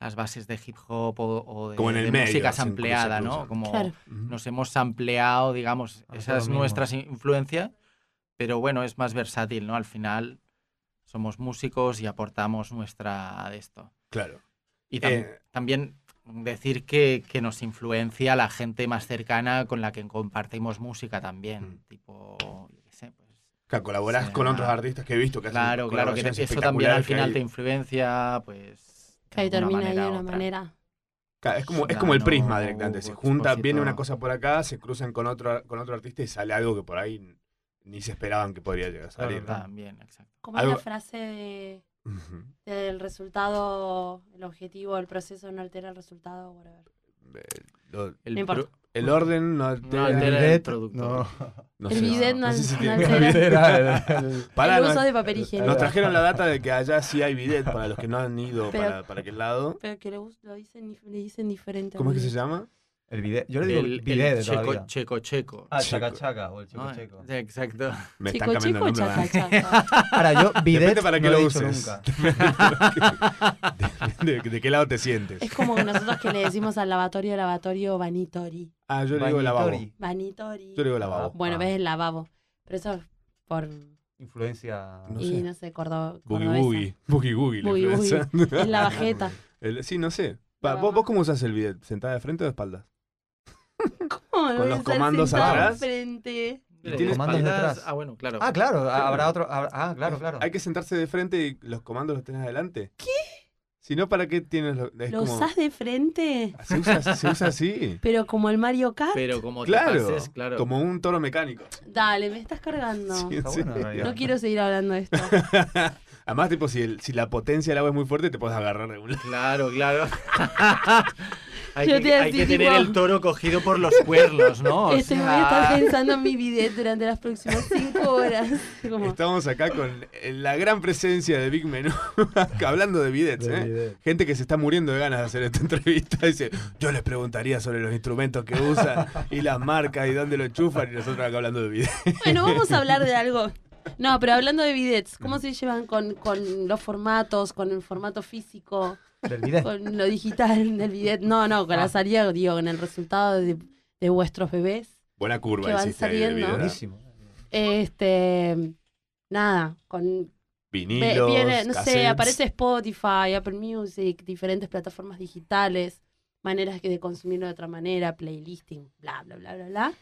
[SPEAKER 7] las bases de hip hop o, o de,
[SPEAKER 2] Como en el
[SPEAKER 7] de
[SPEAKER 2] medio,
[SPEAKER 7] música
[SPEAKER 2] se cruza,
[SPEAKER 7] sampleada,
[SPEAKER 2] cruza.
[SPEAKER 7] ¿no? Como
[SPEAKER 3] Claro.
[SPEAKER 7] nos hemos ampliado, digamos,
[SPEAKER 5] Nosotros
[SPEAKER 7] esas
[SPEAKER 5] mismos.
[SPEAKER 7] nuestras influencias, pero bueno, es más versátil, ¿no? Al final somos músicos y aportamos nuestra de esto.
[SPEAKER 2] Claro.
[SPEAKER 7] Y tam-
[SPEAKER 2] Eh,
[SPEAKER 7] también decir que, que nos influencia la gente más cercana con la que compartimos música también.
[SPEAKER 2] Mm.
[SPEAKER 7] Tipo, yo qué sé, pues.
[SPEAKER 2] Claro, colaborás
[SPEAKER 7] Sí,
[SPEAKER 2] con otros
[SPEAKER 7] claro.
[SPEAKER 2] artistas que he visto que hacen
[SPEAKER 7] Claro, claro, que
[SPEAKER 2] colaboraciones
[SPEAKER 7] te- eso también al
[SPEAKER 2] espectaculares que
[SPEAKER 7] final
[SPEAKER 2] hay-
[SPEAKER 7] te influencia, pues. de
[SPEAKER 3] Ahí
[SPEAKER 7] alguna
[SPEAKER 3] termina ahí de
[SPEAKER 7] u
[SPEAKER 3] una
[SPEAKER 7] otra.
[SPEAKER 3] manera.
[SPEAKER 2] Claro, es como, es como el
[SPEAKER 7] Giordano,
[SPEAKER 2] prisma directamente. Se
[SPEAKER 7] Hugo
[SPEAKER 2] junta,
[SPEAKER 7] Expósito.
[SPEAKER 2] viene una cosa por acá, se cruzan con otro, con otro artista y sale algo que por ahí ni se esperaban que podría llegar a salir. ¿no?
[SPEAKER 7] También, exacto.
[SPEAKER 3] Como es la
[SPEAKER 2] Algo-
[SPEAKER 3] frase de-
[SPEAKER 2] Ujú.
[SPEAKER 3] del resultado, el objetivo, el proceso no altera el resultado, whatever.
[SPEAKER 2] Eh, lo-
[SPEAKER 7] El
[SPEAKER 3] No importa.
[SPEAKER 7] pro-
[SPEAKER 2] el orden no
[SPEAKER 7] No,
[SPEAKER 2] altera.
[SPEAKER 7] el
[SPEAKER 5] El
[SPEAKER 7] del
[SPEAKER 5] bidet,
[SPEAKER 7] producto.
[SPEAKER 5] no.
[SPEAKER 2] no
[SPEAKER 3] el
[SPEAKER 2] sé.
[SPEAKER 3] bidet no,
[SPEAKER 2] No sé si
[SPEAKER 3] no
[SPEAKER 2] tiene-
[SPEAKER 3] altera.
[SPEAKER 2] Pará, <laughs>
[SPEAKER 3] el
[SPEAKER 2] no-
[SPEAKER 3] uso de papel higiénico.
[SPEAKER 2] nos trajeron la
[SPEAKER 3] <laughs>
[SPEAKER 2] data de que allá sí hay bidet para los que no han ido
[SPEAKER 3] Pero-
[SPEAKER 2] para, para aquel lado.
[SPEAKER 3] Pero que le, us- lo dicen, dif- le dicen diferente.
[SPEAKER 2] ¿Cómo es que
[SPEAKER 3] boludo.
[SPEAKER 2] se llama?
[SPEAKER 5] El bidet. Yo le digo
[SPEAKER 7] El- el
[SPEAKER 5] bidet de toda la
[SPEAKER 7] checo,
[SPEAKER 5] vida.
[SPEAKER 7] checo, checo.
[SPEAKER 5] Ah,
[SPEAKER 2] Checo.
[SPEAKER 5] chaca chaca o el chico
[SPEAKER 7] ¿no?
[SPEAKER 5] checo.
[SPEAKER 7] Exacto.
[SPEAKER 2] Me están
[SPEAKER 3] Chico,
[SPEAKER 2] cambiando
[SPEAKER 3] chico,
[SPEAKER 2] el nombre.
[SPEAKER 3] chaca,
[SPEAKER 2] ¿verdad?
[SPEAKER 3] chaca.
[SPEAKER 2] <laughs>
[SPEAKER 5] Ahora yo bidet
[SPEAKER 2] Depende para qué
[SPEAKER 5] no
[SPEAKER 2] lo
[SPEAKER 5] he dicho
[SPEAKER 2] uses.
[SPEAKER 5] nunca.
[SPEAKER 2] <laughs> Depende de, de qué lado te sientes.
[SPEAKER 3] Es como que nosotros que le decimos al lavatorio, lavatorio, vanitori.
[SPEAKER 2] Ah, yo le digo lavabo. Yo
[SPEAKER 5] Vanitori.
[SPEAKER 3] Vanitori.
[SPEAKER 2] le digo lavabo.
[SPEAKER 3] Bueno,
[SPEAKER 5] Ah.
[SPEAKER 3] ves el lavabo. Pero eso es por.
[SPEAKER 5] Influencia.
[SPEAKER 2] No
[SPEAKER 3] y
[SPEAKER 2] sé.
[SPEAKER 3] no sé, cordo,
[SPEAKER 2] Boogie
[SPEAKER 3] cordobesa.
[SPEAKER 2] boogie. Boogie boogie. la
[SPEAKER 3] Boogie boogie.
[SPEAKER 2] influenza.
[SPEAKER 3] Es la bajeta.
[SPEAKER 2] <laughs>
[SPEAKER 3] <laughs>
[SPEAKER 2] El- sí, no sé. Pa-
[SPEAKER 3] La
[SPEAKER 2] ¿vos,
[SPEAKER 3] baba.
[SPEAKER 2] vos cómo usás el bidet? ¿Sentada de frente o de espaldas?
[SPEAKER 3] ¿Cómo voy a
[SPEAKER 2] los
[SPEAKER 3] estar
[SPEAKER 2] comandos
[SPEAKER 3] sentada
[SPEAKER 2] atrás.
[SPEAKER 3] Frente?
[SPEAKER 7] <laughs> Pero
[SPEAKER 5] tienes
[SPEAKER 7] espaldas-
[SPEAKER 5] comandos detrás.
[SPEAKER 7] Ah, bueno, claro.
[SPEAKER 5] Ah, claro, ah, habrá otro. habrá- Ah, claro, claro.
[SPEAKER 2] Hay que sentarse de frente y los comandos los tenés adelante. ¿Qué? Si no, ¿para qué tienes los.? Es
[SPEAKER 3] ¿Lo
[SPEAKER 2] como-
[SPEAKER 3] usás de frente?
[SPEAKER 2] Se usa, se usa
[SPEAKER 3] <laughs>
[SPEAKER 2] así.
[SPEAKER 3] Pero como el Mario Kart.
[SPEAKER 7] Pero como te
[SPEAKER 2] Claro,
[SPEAKER 7] pases, claro.
[SPEAKER 2] Como un toro mecánico.
[SPEAKER 3] Dale, me estás cargando.
[SPEAKER 2] Sí,
[SPEAKER 5] Está
[SPEAKER 2] sí.
[SPEAKER 5] bueno, en realidad.
[SPEAKER 3] No quiero seguir hablando
[SPEAKER 2] <laughs>
[SPEAKER 3] de esto.
[SPEAKER 2] Además, tipo, si, el- si la potencia del agua es muy fuerte, te puedes agarrar de un lado.
[SPEAKER 7] Claro,
[SPEAKER 5] <laughs>
[SPEAKER 7] claro. <laughs> hay
[SPEAKER 3] Yo
[SPEAKER 7] que,
[SPEAKER 3] te iba a
[SPEAKER 7] hay que
[SPEAKER 3] decir,
[SPEAKER 7] tener
[SPEAKER 3] tipo-
[SPEAKER 7] el toro cogido por los cuernos, ¿no? O
[SPEAKER 3] Este, voy a
[SPEAKER 7] sea,
[SPEAKER 2] <laughs>
[SPEAKER 3] estar pensando en mi bidet durante las próximas cinco horas. Como,
[SPEAKER 2] Estamos acá con eh, la gran presencia de Big Menú, <laughs> hablando de bidets, ¿eh? Gente que se está muriendo de ganas de hacer esta <laughs> entrevista. Dice, yo les preguntaría sobre los instrumentos que usan y las marcas y dónde lo enchufan. Y nosotros acá hablando de bidets.
[SPEAKER 3] Bueno, vamos a hablar de algo. No, pero hablando de bidets, ¿cómo se llevan con, con los formatos, con el formato físico,
[SPEAKER 5] Del bidet.
[SPEAKER 3] con lo digital del bidet? No, no, con la
[SPEAKER 5] Ah.
[SPEAKER 3] salida, digo, con el resultado de, de vuestros bebés.
[SPEAKER 2] <laughs> Buena curva
[SPEAKER 3] Que van
[SPEAKER 2] hiciste ahí de
[SPEAKER 3] saliendo.
[SPEAKER 2] bidet.
[SPEAKER 5] Buenísimo.
[SPEAKER 3] Este, nada, con... ve-
[SPEAKER 2] Vinilos,
[SPEAKER 3] viene, no sé,
[SPEAKER 2] cassettes.
[SPEAKER 3] aparece Spotify, Apple Music, diferentes plataformas digitales, maneras que de consumirlo de otra manera, playlisting, bla, bla, bla, bla, bla.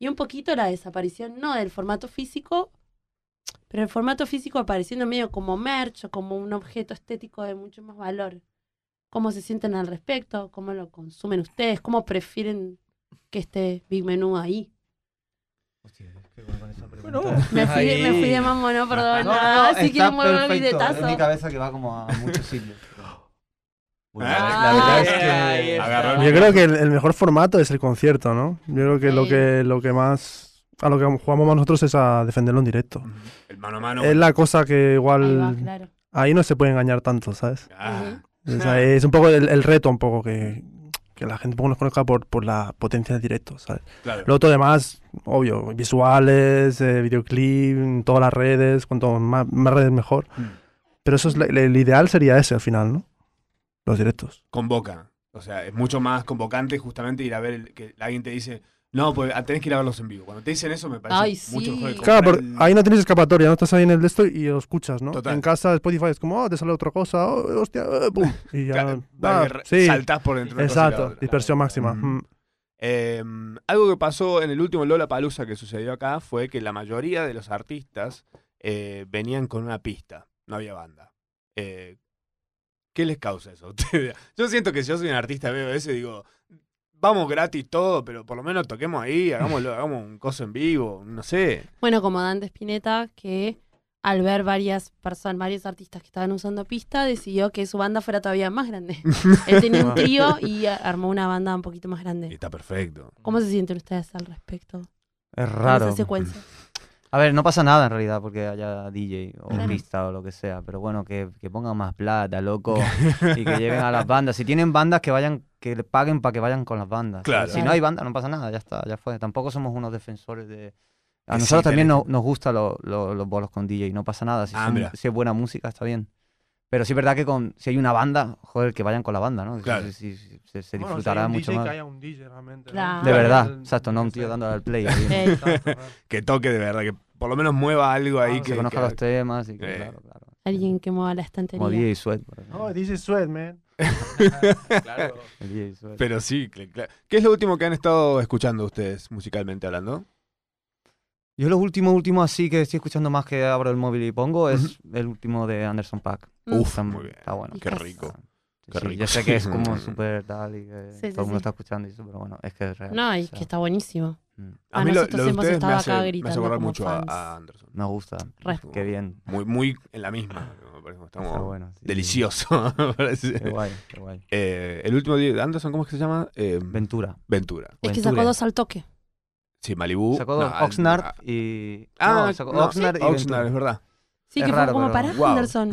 [SPEAKER 3] Y un poquito la desaparición, no del formato físico, pero el formato físico apareciendo medio como merch o como un objeto estético de mucho más valor. ¿Cómo se sienten al respecto? ¿Cómo lo consumen ustedes? ¿Cómo prefieren que esté Big Menú ahí?
[SPEAKER 5] Hostia, es que con esa pregunta.
[SPEAKER 7] Bueno,
[SPEAKER 3] Me fui,
[SPEAKER 7] Ahí.
[SPEAKER 3] me fui de mambo, no, perdón.
[SPEAKER 5] No,
[SPEAKER 3] Ah,
[SPEAKER 5] no,
[SPEAKER 3] si
[SPEAKER 5] está
[SPEAKER 3] quieren volver al
[SPEAKER 5] perfecto. Es mi
[SPEAKER 3] billetazo.
[SPEAKER 5] cabeza que va como a
[SPEAKER 2] <gasps>
[SPEAKER 5] muchos sitios. Bueno,
[SPEAKER 2] Ah,
[SPEAKER 5] la verdad
[SPEAKER 7] ahí
[SPEAKER 5] es que
[SPEAKER 7] está.
[SPEAKER 2] agarró el
[SPEAKER 6] Yo creo que el, el mejor formato es el concierto, ¿no? Yo creo que lo que, lo que más. A lo que jugamos más nosotros es a defenderlo en directo.
[SPEAKER 2] El mano a mano.
[SPEAKER 6] Es la cosa que
[SPEAKER 3] Ahí va,
[SPEAKER 6] igual.
[SPEAKER 3] claro.
[SPEAKER 6] Ahí no se puede engañar tanto, ¿sabes?
[SPEAKER 2] Ah,
[SPEAKER 6] Es, es un poco el, el reto, un poco que, que la gente un poco nos conozca por, por la potencia del directo, ¿sabes?
[SPEAKER 2] claro.
[SPEAKER 6] Lo otro demás, obvio, visuales, eh, videoclip, en todas las redes, cuanto más, más redes mejor.
[SPEAKER 2] Mm.
[SPEAKER 6] Pero eso es la- el ideal sería ese al final, ¿no? Los directos.
[SPEAKER 2] convoca. O sea, es mucho más convocante justamente ir a ver el- que alguien te dice, no, pues ah, tenés que ir a verlos en vivo. Cuando te dicen eso me parece
[SPEAKER 3] Ay, sí.
[SPEAKER 2] mucho mejor que
[SPEAKER 6] Claro,
[SPEAKER 2] comprar
[SPEAKER 6] porque
[SPEAKER 2] el-
[SPEAKER 6] ahí no tienes escapatoria, no estás ahí en el de esto y lo escuchas, ¿no?
[SPEAKER 2] Total.
[SPEAKER 6] En casa Spotify es como, oh, te sale otra cosa, oh, hostia, eh, pum. Y ya.
[SPEAKER 2] Claro,
[SPEAKER 6] ah,
[SPEAKER 2] vale, re-
[SPEAKER 6] sí,
[SPEAKER 2] saltás por dentro de una cosa y la
[SPEAKER 6] exacto,
[SPEAKER 2] otra.
[SPEAKER 6] dispersión máxima.
[SPEAKER 2] Ujú.
[SPEAKER 6] mm.
[SPEAKER 2] Eh, algo que pasó en el último Lola Palusa que sucedió acá fue que la mayoría de los artistas eh, venían con una pista, no había banda. Eh, ¿Qué les causa eso? a ustedes? <laughs> yo siento que si yo soy un artista veo eso y digo, vamos gratis todo, pero por lo menos toquemos ahí, hagámoslo, hagamos un coso en vivo, no sé.
[SPEAKER 3] Bueno, como Dante Spinetta, que al ver varias personas, varios artistas que estaban usando pista, decidió que su banda fuera todavía más
[SPEAKER 5] <laughs>
[SPEAKER 3] grande. Él tenía un trío y a- armó una banda un poquito más
[SPEAKER 2] Y
[SPEAKER 3] grande.
[SPEAKER 2] está perfecto.
[SPEAKER 3] ¿Cómo se sienten ustedes al respecto?
[SPEAKER 5] es
[SPEAKER 2] eh,
[SPEAKER 3] Con
[SPEAKER 5] raro.
[SPEAKER 3] Esa secuencia.
[SPEAKER 5] A ver, no pasa nada en realidad porque haya DJ o
[SPEAKER 3] Claro.
[SPEAKER 5] pista o lo que sea, pero bueno, que, que pongan más plata, loco,
[SPEAKER 2] <laughs>
[SPEAKER 5] y que lleven a las bandas. Si tienen bandas, que vayan, que le paguen para que vayan con las bandas.
[SPEAKER 2] Claro.
[SPEAKER 5] Si no hay bandas, no pasa nada, ya está, ya fue. Tampoco somos unos defensores de... A
[SPEAKER 2] Que sí,
[SPEAKER 5] nosotros también
[SPEAKER 2] tenés-
[SPEAKER 5] nos, nos gustan lo- lo- los bolos con DJ, no pasa nada. Si,
[SPEAKER 2] Ah,
[SPEAKER 5] son-
[SPEAKER 2] mira.
[SPEAKER 5] si es buena música, está bien. Pero sí es verdad que con, si hay una banda, joder, que vayan con la banda, ¿no? Si-
[SPEAKER 2] Claro.
[SPEAKER 5] si- si- se, se disfrutará mucho más.
[SPEAKER 3] Claro.
[SPEAKER 5] De verdad, exacto, no un tío
[SPEAKER 6] <laughs>
[SPEAKER 5] dándole al play. ahí, ¿no?
[SPEAKER 3] Ey.
[SPEAKER 2] Que toque de verdad, que por lo menos mueva algo ahí
[SPEAKER 5] se
[SPEAKER 2] que,
[SPEAKER 5] conozca
[SPEAKER 2] que-
[SPEAKER 5] los temas y que,
[SPEAKER 2] Eh.
[SPEAKER 5] claro, claro.
[SPEAKER 3] Alguien que mueva la
[SPEAKER 5] Como
[SPEAKER 3] estantería.
[SPEAKER 5] DJ Sweat, por ejemplo. <laughs>
[SPEAKER 6] Oh, dice Sweat, man.
[SPEAKER 7] claro.
[SPEAKER 5] El DJ Sweat.
[SPEAKER 2] Pero sí, cl- cl- ¿qué es lo último que han estado escuchando ustedes musicalmente hablando?
[SPEAKER 5] Yo lo último, último así que estoy escuchando más que abro el móvil y pongo es el último de Anderson Pack.
[SPEAKER 3] Mm.
[SPEAKER 2] Uf,
[SPEAKER 5] está,
[SPEAKER 2] muy bien.
[SPEAKER 5] Está bueno.
[SPEAKER 3] Y
[SPEAKER 2] Qué
[SPEAKER 3] Quizás.
[SPEAKER 2] rico.
[SPEAKER 5] Sí,
[SPEAKER 2] Qué
[SPEAKER 5] sí,
[SPEAKER 2] rico.
[SPEAKER 5] Yo sé que
[SPEAKER 2] <laughs>
[SPEAKER 5] es como súper tal y que
[SPEAKER 3] Sí, sí,
[SPEAKER 5] todo el mundo
[SPEAKER 3] sí.
[SPEAKER 5] está escuchando y eso, pero bueno, es que es real.
[SPEAKER 3] No,
[SPEAKER 5] o
[SPEAKER 3] y
[SPEAKER 5] sea,
[SPEAKER 3] que está buenísimo.
[SPEAKER 5] mm,
[SPEAKER 2] A
[SPEAKER 3] Ah,
[SPEAKER 2] mí lo,
[SPEAKER 3] nosotros
[SPEAKER 2] lo de
[SPEAKER 3] hemos
[SPEAKER 2] ustedes me
[SPEAKER 3] estado
[SPEAKER 2] hace,
[SPEAKER 3] acá
[SPEAKER 2] me hace
[SPEAKER 3] gritando
[SPEAKER 2] acordar
[SPEAKER 3] como
[SPEAKER 2] mucho a,
[SPEAKER 3] fans.
[SPEAKER 2] a Anderson.
[SPEAKER 5] Me gusta.
[SPEAKER 3] Res-
[SPEAKER 5] Qué bien.
[SPEAKER 2] Muy, muy en la misma. me parece, Estamos
[SPEAKER 5] Está bueno. sí, sí.
[SPEAKER 2] delicioso. <laughs> me parece.
[SPEAKER 5] Qué guay, qué guay.
[SPEAKER 2] Eh, el último día de Anderson, ¿cómo es que se llama? Eh,
[SPEAKER 5] Ventura.
[SPEAKER 2] Ventura.
[SPEAKER 3] Es que
[SPEAKER 5] Ventura.
[SPEAKER 3] sacó dos al toque.
[SPEAKER 2] Sí, Malibu.
[SPEAKER 5] Sacó dos,
[SPEAKER 2] Uh, no,
[SPEAKER 5] Oxnard
[SPEAKER 2] ah,
[SPEAKER 5] y.
[SPEAKER 2] Ah,
[SPEAKER 5] no, sacó
[SPEAKER 2] no,
[SPEAKER 5] Oxnard y
[SPEAKER 2] Oxnard,
[SPEAKER 5] Ventura.
[SPEAKER 2] es verdad.
[SPEAKER 3] Sí,
[SPEAKER 5] Es
[SPEAKER 3] que fue
[SPEAKER 5] raro,
[SPEAKER 3] como
[SPEAKER 5] pero-
[SPEAKER 3] para
[SPEAKER 2] wow.
[SPEAKER 3] Anderson.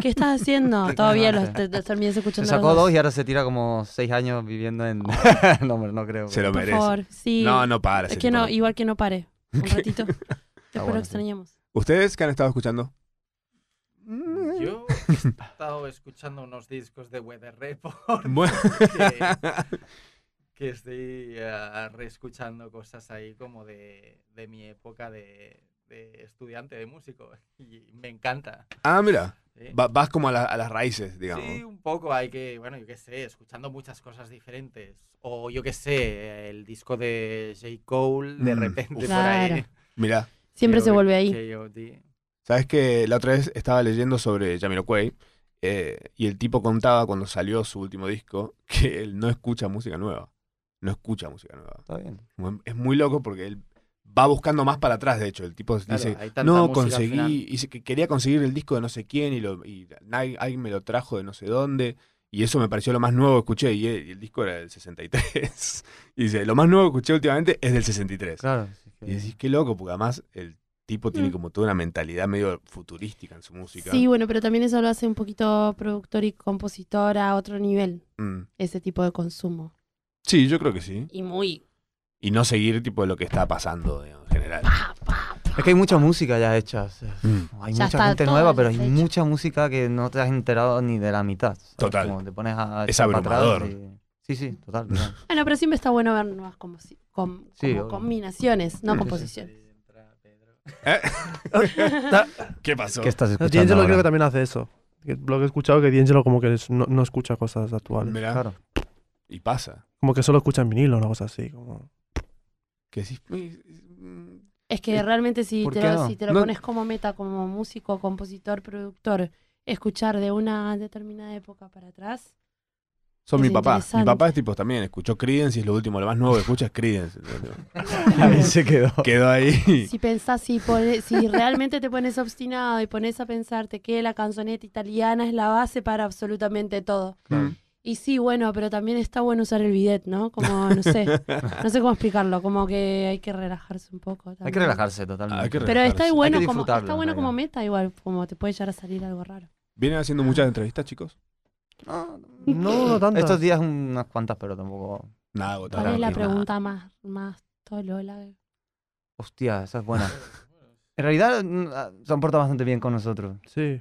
[SPEAKER 3] ¿Qué estás haciendo?
[SPEAKER 5] <laughs> Qué
[SPEAKER 3] Todavía
[SPEAKER 5] cagada.
[SPEAKER 3] los te, te terminas
[SPEAKER 5] Se
[SPEAKER 3] escuchando.
[SPEAKER 5] sacó
[SPEAKER 3] los
[SPEAKER 5] dos y ahora se tira como seis años
[SPEAKER 2] <laughs>
[SPEAKER 5] viviendo en... <laughs> no, hombre, no creo.
[SPEAKER 2] Se lo
[SPEAKER 3] Por
[SPEAKER 2] merece.
[SPEAKER 3] favor, sí.
[SPEAKER 2] No, no para. ese
[SPEAKER 3] que
[SPEAKER 2] tipo
[SPEAKER 3] no,
[SPEAKER 2] de-
[SPEAKER 3] igual que no pare. Un
[SPEAKER 5] <laughs>
[SPEAKER 3] ratito. Después
[SPEAKER 5] bueno,
[SPEAKER 3] lo
[SPEAKER 5] sí.
[SPEAKER 3] extrañamos.
[SPEAKER 2] ¿Ustedes qué han estado escuchando?
[SPEAKER 5] Mm.
[SPEAKER 7] Yo he estado escuchando unos discos de Weather Report.
[SPEAKER 2] Bueno.
[SPEAKER 7] que- que estoy ah, reescuchando cosas ahí como de, de mi época de, de estudiante de músico <laughs> y me encanta.
[SPEAKER 2] <laughs> Ah, mira.
[SPEAKER 7] ¿sí?
[SPEAKER 2] Va- vas como a, la- a las raíces, digamos.
[SPEAKER 7] Sí, un poco hay que, bueno, yo qué sé, escuchando muchas cosas diferentes. O yo qué sé, el disco de J. Cole de
[SPEAKER 2] Mm,
[SPEAKER 7] repente
[SPEAKER 2] uf.
[SPEAKER 7] por ahí. <laughs>
[SPEAKER 3] Claro.
[SPEAKER 2] Mira,
[SPEAKER 3] Siempre se
[SPEAKER 7] K.O.D.,
[SPEAKER 3] vuelve ahí.
[SPEAKER 7] K.O.D..
[SPEAKER 2] sabes que la otra vez estaba leyendo sobre Jamiroquai eh, y el tipo contaba cuando salió su último disco <laughs> que él no escucha música nueva. No escucha música nueva.
[SPEAKER 5] Está bien.
[SPEAKER 2] Mu- Es muy loco porque él va buscando más para atrás, de hecho. El tipo
[SPEAKER 7] Claro,
[SPEAKER 2] dice,
[SPEAKER 7] hay tanta
[SPEAKER 2] no,
[SPEAKER 7] música al final".
[SPEAKER 2] conseguí, dice que quería conseguir el disco de no sé quién y, lo, y nadie- alguien me lo trajo de no sé dónde. Y eso me pareció lo más nuevo que escuché. Y el, y el disco era del 63. <laughs> Y dice, lo más nuevo que escuché últimamente es del 63.
[SPEAKER 5] Claro. sí que-
[SPEAKER 2] Y decís, qué loco, porque además el tipo tiene
[SPEAKER 3] Mm.
[SPEAKER 2] como toda una mentalidad medio futurística en su música.
[SPEAKER 3] Sí, bueno, pero también eso lo hace un poquito productor y compositor a otro nivel,
[SPEAKER 2] Mm.
[SPEAKER 3] ese tipo de consumo.
[SPEAKER 2] Sí, yo creo que sí.
[SPEAKER 3] Y muy...
[SPEAKER 2] Y no seguir tipo lo que está pasando digamos, en general.
[SPEAKER 5] Es que hay mucha música ya hecha.
[SPEAKER 2] Mm.
[SPEAKER 5] Hay
[SPEAKER 3] Ya
[SPEAKER 5] mucha
[SPEAKER 3] está,
[SPEAKER 5] gente
[SPEAKER 3] todo
[SPEAKER 5] nueva,
[SPEAKER 3] ya
[SPEAKER 5] pero hay
[SPEAKER 3] está hecho.
[SPEAKER 5] mucha música que no te has enterado ni de la mitad. ¿sabes?
[SPEAKER 2] Total.
[SPEAKER 5] Como te pones a
[SPEAKER 2] Es
[SPEAKER 5] echar pa' atrás
[SPEAKER 2] abrumador.
[SPEAKER 5] y- Sí, sí, total. total.
[SPEAKER 3] Bueno, pero siempre está bueno ver nuevas como, com-
[SPEAKER 5] Sí,
[SPEAKER 3] como
[SPEAKER 5] obvio.
[SPEAKER 3] combinaciones, no
[SPEAKER 5] Mm.
[SPEAKER 3] composiciones.
[SPEAKER 7] Ahí entra Pedro.
[SPEAKER 2] ¿Eh? <laughs> ¿Qué pasó?
[SPEAKER 5] <laughs> ¿Qué estás escuchando?
[SPEAKER 6] D'Angelo
[SPEAKER 5] ahora?
[SPEAKER 6] creo que también hace eso. Que- Lo que he escuchado que D'Angelo como que es- no, no escucha cosas actuales.
[SPEAKER 2] Mirá,
[SPEAKER 5] Claro.
[SPEAKER 2] y pasa.
[SPEAKER 6] Como que solo escucha en vinilo, una cosa así. Como...
[SPEAKER 2] Que decís, mm,
[SPEAKER 3] Es que realmente si
[SPEAKER 5] Eh, ¿Por
[SPEAKER 3] te,
[SPEAKER 5] qué
[SPEAKER 3] lo,
[SPEAKER 5] no?
[SPEAKER 3] si te lo
[SPEAKER 2] No-
[SPEAKER 3] pones como meta, como músico, compositor, productor, escuchar de una determinada época para atrás,
[SPEAKER 2] Son
[SPEAKER 3] Es
[SPEAKER 2] mi papá. Mi
[SPEAKER 3] interesante.
[SPEAKER 2] papá es tipo también, escuchó Creedence y es lo último, lo más nuevo que escucha es Creedence. ¿entendés? <laughs>
[SPEAKER 5] Ahí se quedó.
[SPEAKER 2] Quedó ahí.
[SPEAKER 3] si pensás, si, pone- si realmente te pones obstinado y pones a pensarte que la canzoneta italiana es la base para absolutamente todo.
[SPEAKER 2] Mm.
[SPEAKER 3] Y sí, bueno, pero también está bueno usar el bidet, ¿no? Como, no sé, no sé cómo explicarlo, como que hay que relajarse un poco.
[SPEAKER 5] Hay que
[SPEAKER 3] también.
[SPEAKER 5] relajarse totalmente.
[SPEAKER 2] Hay que
[SPEAKER 3] Pero está
[SPEAKER 2] relajarse.
[SPEAKER 3] bueno, como,
[SPEAKER 5] disfrutarlo,
[SPEAKER 3] está bueno
[SPEAKER 5] en
[SPEAKER 3] como
[SPEAKER 5] realidad.
[SPEAKER 3] meta igual, como te puede llegar a salir algo raro.
[SPEAKER 2] <laughs> ¿Vienen haciendo muchas entrevistas, chicos?
[SPEAKER 5] No,
[SPEAKER 6] No, no tantas.
[SPEAKER 5] Estos días unas cuantas, pero tampoco.
[SPEAKER 2] Nada,
[SPEAKER 3] ¿Cuál
[SPEAKER 2] agotado.
[SPEAKER 5] Claro,
[SPEAKER 3] es la
[SPEAKER 5] que-
[SPEAKER 3] pregunta más, más tolola?
[SPEAKER 5] Hostia, esa es buena. <laughs> En realidad mm, ah, se han portado bastante bien con nosotros.
[SPEAKER 6] Sí.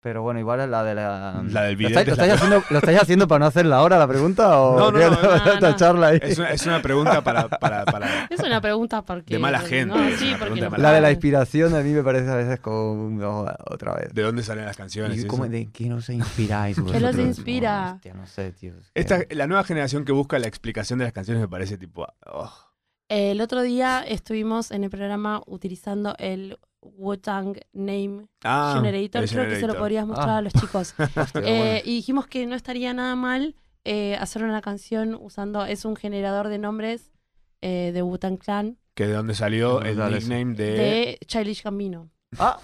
[SPEAKER 5] Pero bueno, igual es la de la. mm,
[SPEAKER 2] La del
[SPEAKER 5] ¿Lo
[SPEAKER 2] video.
[SPEAKER 5] estáis, lo estáis haciendo, ¿Lo estáis haciendo para no hacer la hora la pregunta? ¿O
[SPEAKER 2] No, no,
[SPEAKER 5] qué?
[SPEAKER 2] no, no,
[SPEAKER 5] <laughs> Esta
[SPEAKER 3] no.
[SPEAKER 5] charla ahí.
[SPEAKER 2] Es una, es una pregunta para, para,
[SPEAKER 3] <laughs>
[SPEAKER 2] para-
[SPEAKER 3] Es una pregunta porque...
[SPEAKER 2] De mala gente,
[SPEAKER 3] No,
[SPEAKER 2] es
[SPEAKER 3] sí,
[SPEAKER 2] una
[SPEAKER 3] porque
[SPEAKER 2] pregunta
[SPEAKER 3] nos-
[SPEAKER 2] mala-
[SPEAKER 5] La de la inspiración a mí me parece a veces como no, otra vez.
[SPEAKER 2] de dónde salen las canciones.
[SPEAKER 5] ¿Y
[SPEAKER 2] y
[SPEAKER 5] cómo-
[SPEAKER 2] eso.
[SPEAKER 5] ¿De qué no se
[SPEAKER 2] <laughs>
[SPEAKER 5] inspiráis?
[SPEAKER 3] los
[SPEAKER 5] vosotros?
[SPEAKER 3] inspira?
[SPEAKER 5] No, hostia, no sé, tío. es que-
[SPEAKER 2] Esta, la nueva generación que busca la explicación de las canciones me parece tipo. oh,
[SPEAKER 3] El otro día estuvimos en el programa utilizando el Wu-Tang Name
[SPEAKER 2] ah,
[SPEAKER 3] Generator.
[SPEAKER 2] el
[SPEAKER 3] Creo que se lo
[SPEAKER 2] generator.
[SPEAKER 3] podrías mostrar
[SPEAKER 5] Ah.
[SPEAKER 3] a los chicos.
[SPEAKER 5] Hostia,
[SPEAKER 3] Eh,
[SPEAKER 5] bueno.
[SPEAKER 3] Y dijimos que no estaría nada mal eh, hacer una canción usando... Es un generador de nombres eh, de Wu-Tang Clan
[SPEAKER 2] Que de dónde salió
[SPEAKER 5] Es
[SPEAKER 2] el
[SPEAKER 5] brutal eso.
[SPEAKER 2] nickname de.
[SPEAKER 3] de Childish Gambino.
[SPEAKER 5] Ah,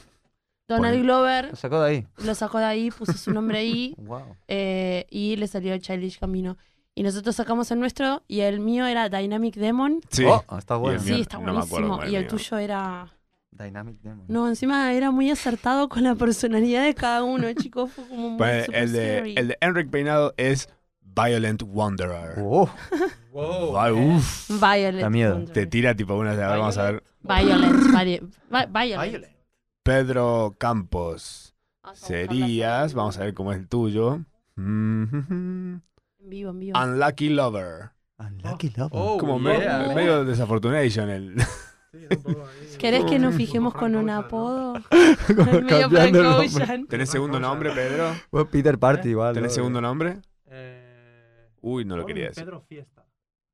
[SPEAKER 3] Donald
[SPEAKER 2] Bueno.
[SPEAKER 3] Glover
[SPEAKER 5] lo sacó de ahí.
[SPEAKER 3] lo sacó de ahí, puso su nombre ahí <laughs>
[SPEAKER 5] Wow.
[SPEAKER 3] eh, y le salió Childish Gambino. Y nosotros sacamos el nuestro y el mío era Dynamic Demon.
[SPEAKER 2] Sí.
[SPEAKER 5] Oh, está
[SPEAKER 2] Y
[SPEAKER 5] bueno.
[SPEAKER 2] el
[SPEAKER 3] Sí,
[SPEAKER 2] mío
[SPEAKER 3] está
[SPEAKER 2] no me acuerdo
[SPEAKER 3] buenísimo.
[SPEAKER 2] cuál
[SPEAKER 3] y el
[SPEAKER 2] mío.
[SPEAKER 3] tuyo era...
[SPEAKER 5] Dynamic Demon.
[SPEAKER 3] No, encima era muy acertado con la personalidad de cada uno, chicos. Fue como muy
[SPEAKER 2] Pues,
[SPEAKER 3] super
[SPEAKER 2] el, de,
[SPEAKER 3] scary.
[SPEAKER 2] el de Enric Peinado es Violent Wanderer.
[SPEAKER 5] Oh, uh.
[SPEAKER 7] Wow,
[SPEAKER 2] Va-
[SPEAKER 7] ¿eh?
[SPEAKER 2] uf,
[SPEAKER 3] Violet.
[SPEAKER 5] Da miedo.
[SPEAKER 3] Wonder.
[SPEAKER 2] te tira tipo una de. a ver, vamos a ver.
[SPEAKER 3] Violet. vari- va-
[SPEAKER 2] <laughs>
[SPEAKER 3] Violet.
[SPEAKER 7] Violet.
[SPEAKER 2] Pedro Campos.
[SPEAKER 3] Ah, Vamos a
[SPEAKER 2] Serías.
[SPEAKER 3] buscarla.
[SPEAKER 2] Vamos a ver cómo es el tuyo. Mm,
[SPEAKER 3] En vivo, en vivo.
[SPEAKER 2] Unlucky Lover.
[SPEAKER 5] Unlucky Lover. <laughs>
[SPEAKER 7] Oh,
[SPEAKER 2] Como me-
[SPEAKER 7] yeah.
[SPEAKER 2] medio, desafortunation el. <laughs>
[SPEAKER 3] ¿Querés que <laughs> nos fijemos con un apodo? <laughs> medio
[SPEAKER 5] Cambiando el
[SPEAKER 3] Frank
[SPEAKER 5] nombre.
[SPEAKER 3] Ocean.
[SPEAKER 2] ¿Tenés segundo nombre, Pedro?
[SPEAKER 5] Fue Peter Party, igual.
[SPEAKER 2] Eh, ¿Tenés segundo nombre?
[SPEAKER 7] Eh,
[SPEAKER 2] Uy, no lo
[SPEAKER 7] ponme
[SPEAKER 2] quería decir.
[SPEAKER 7] Pedro Fiesta.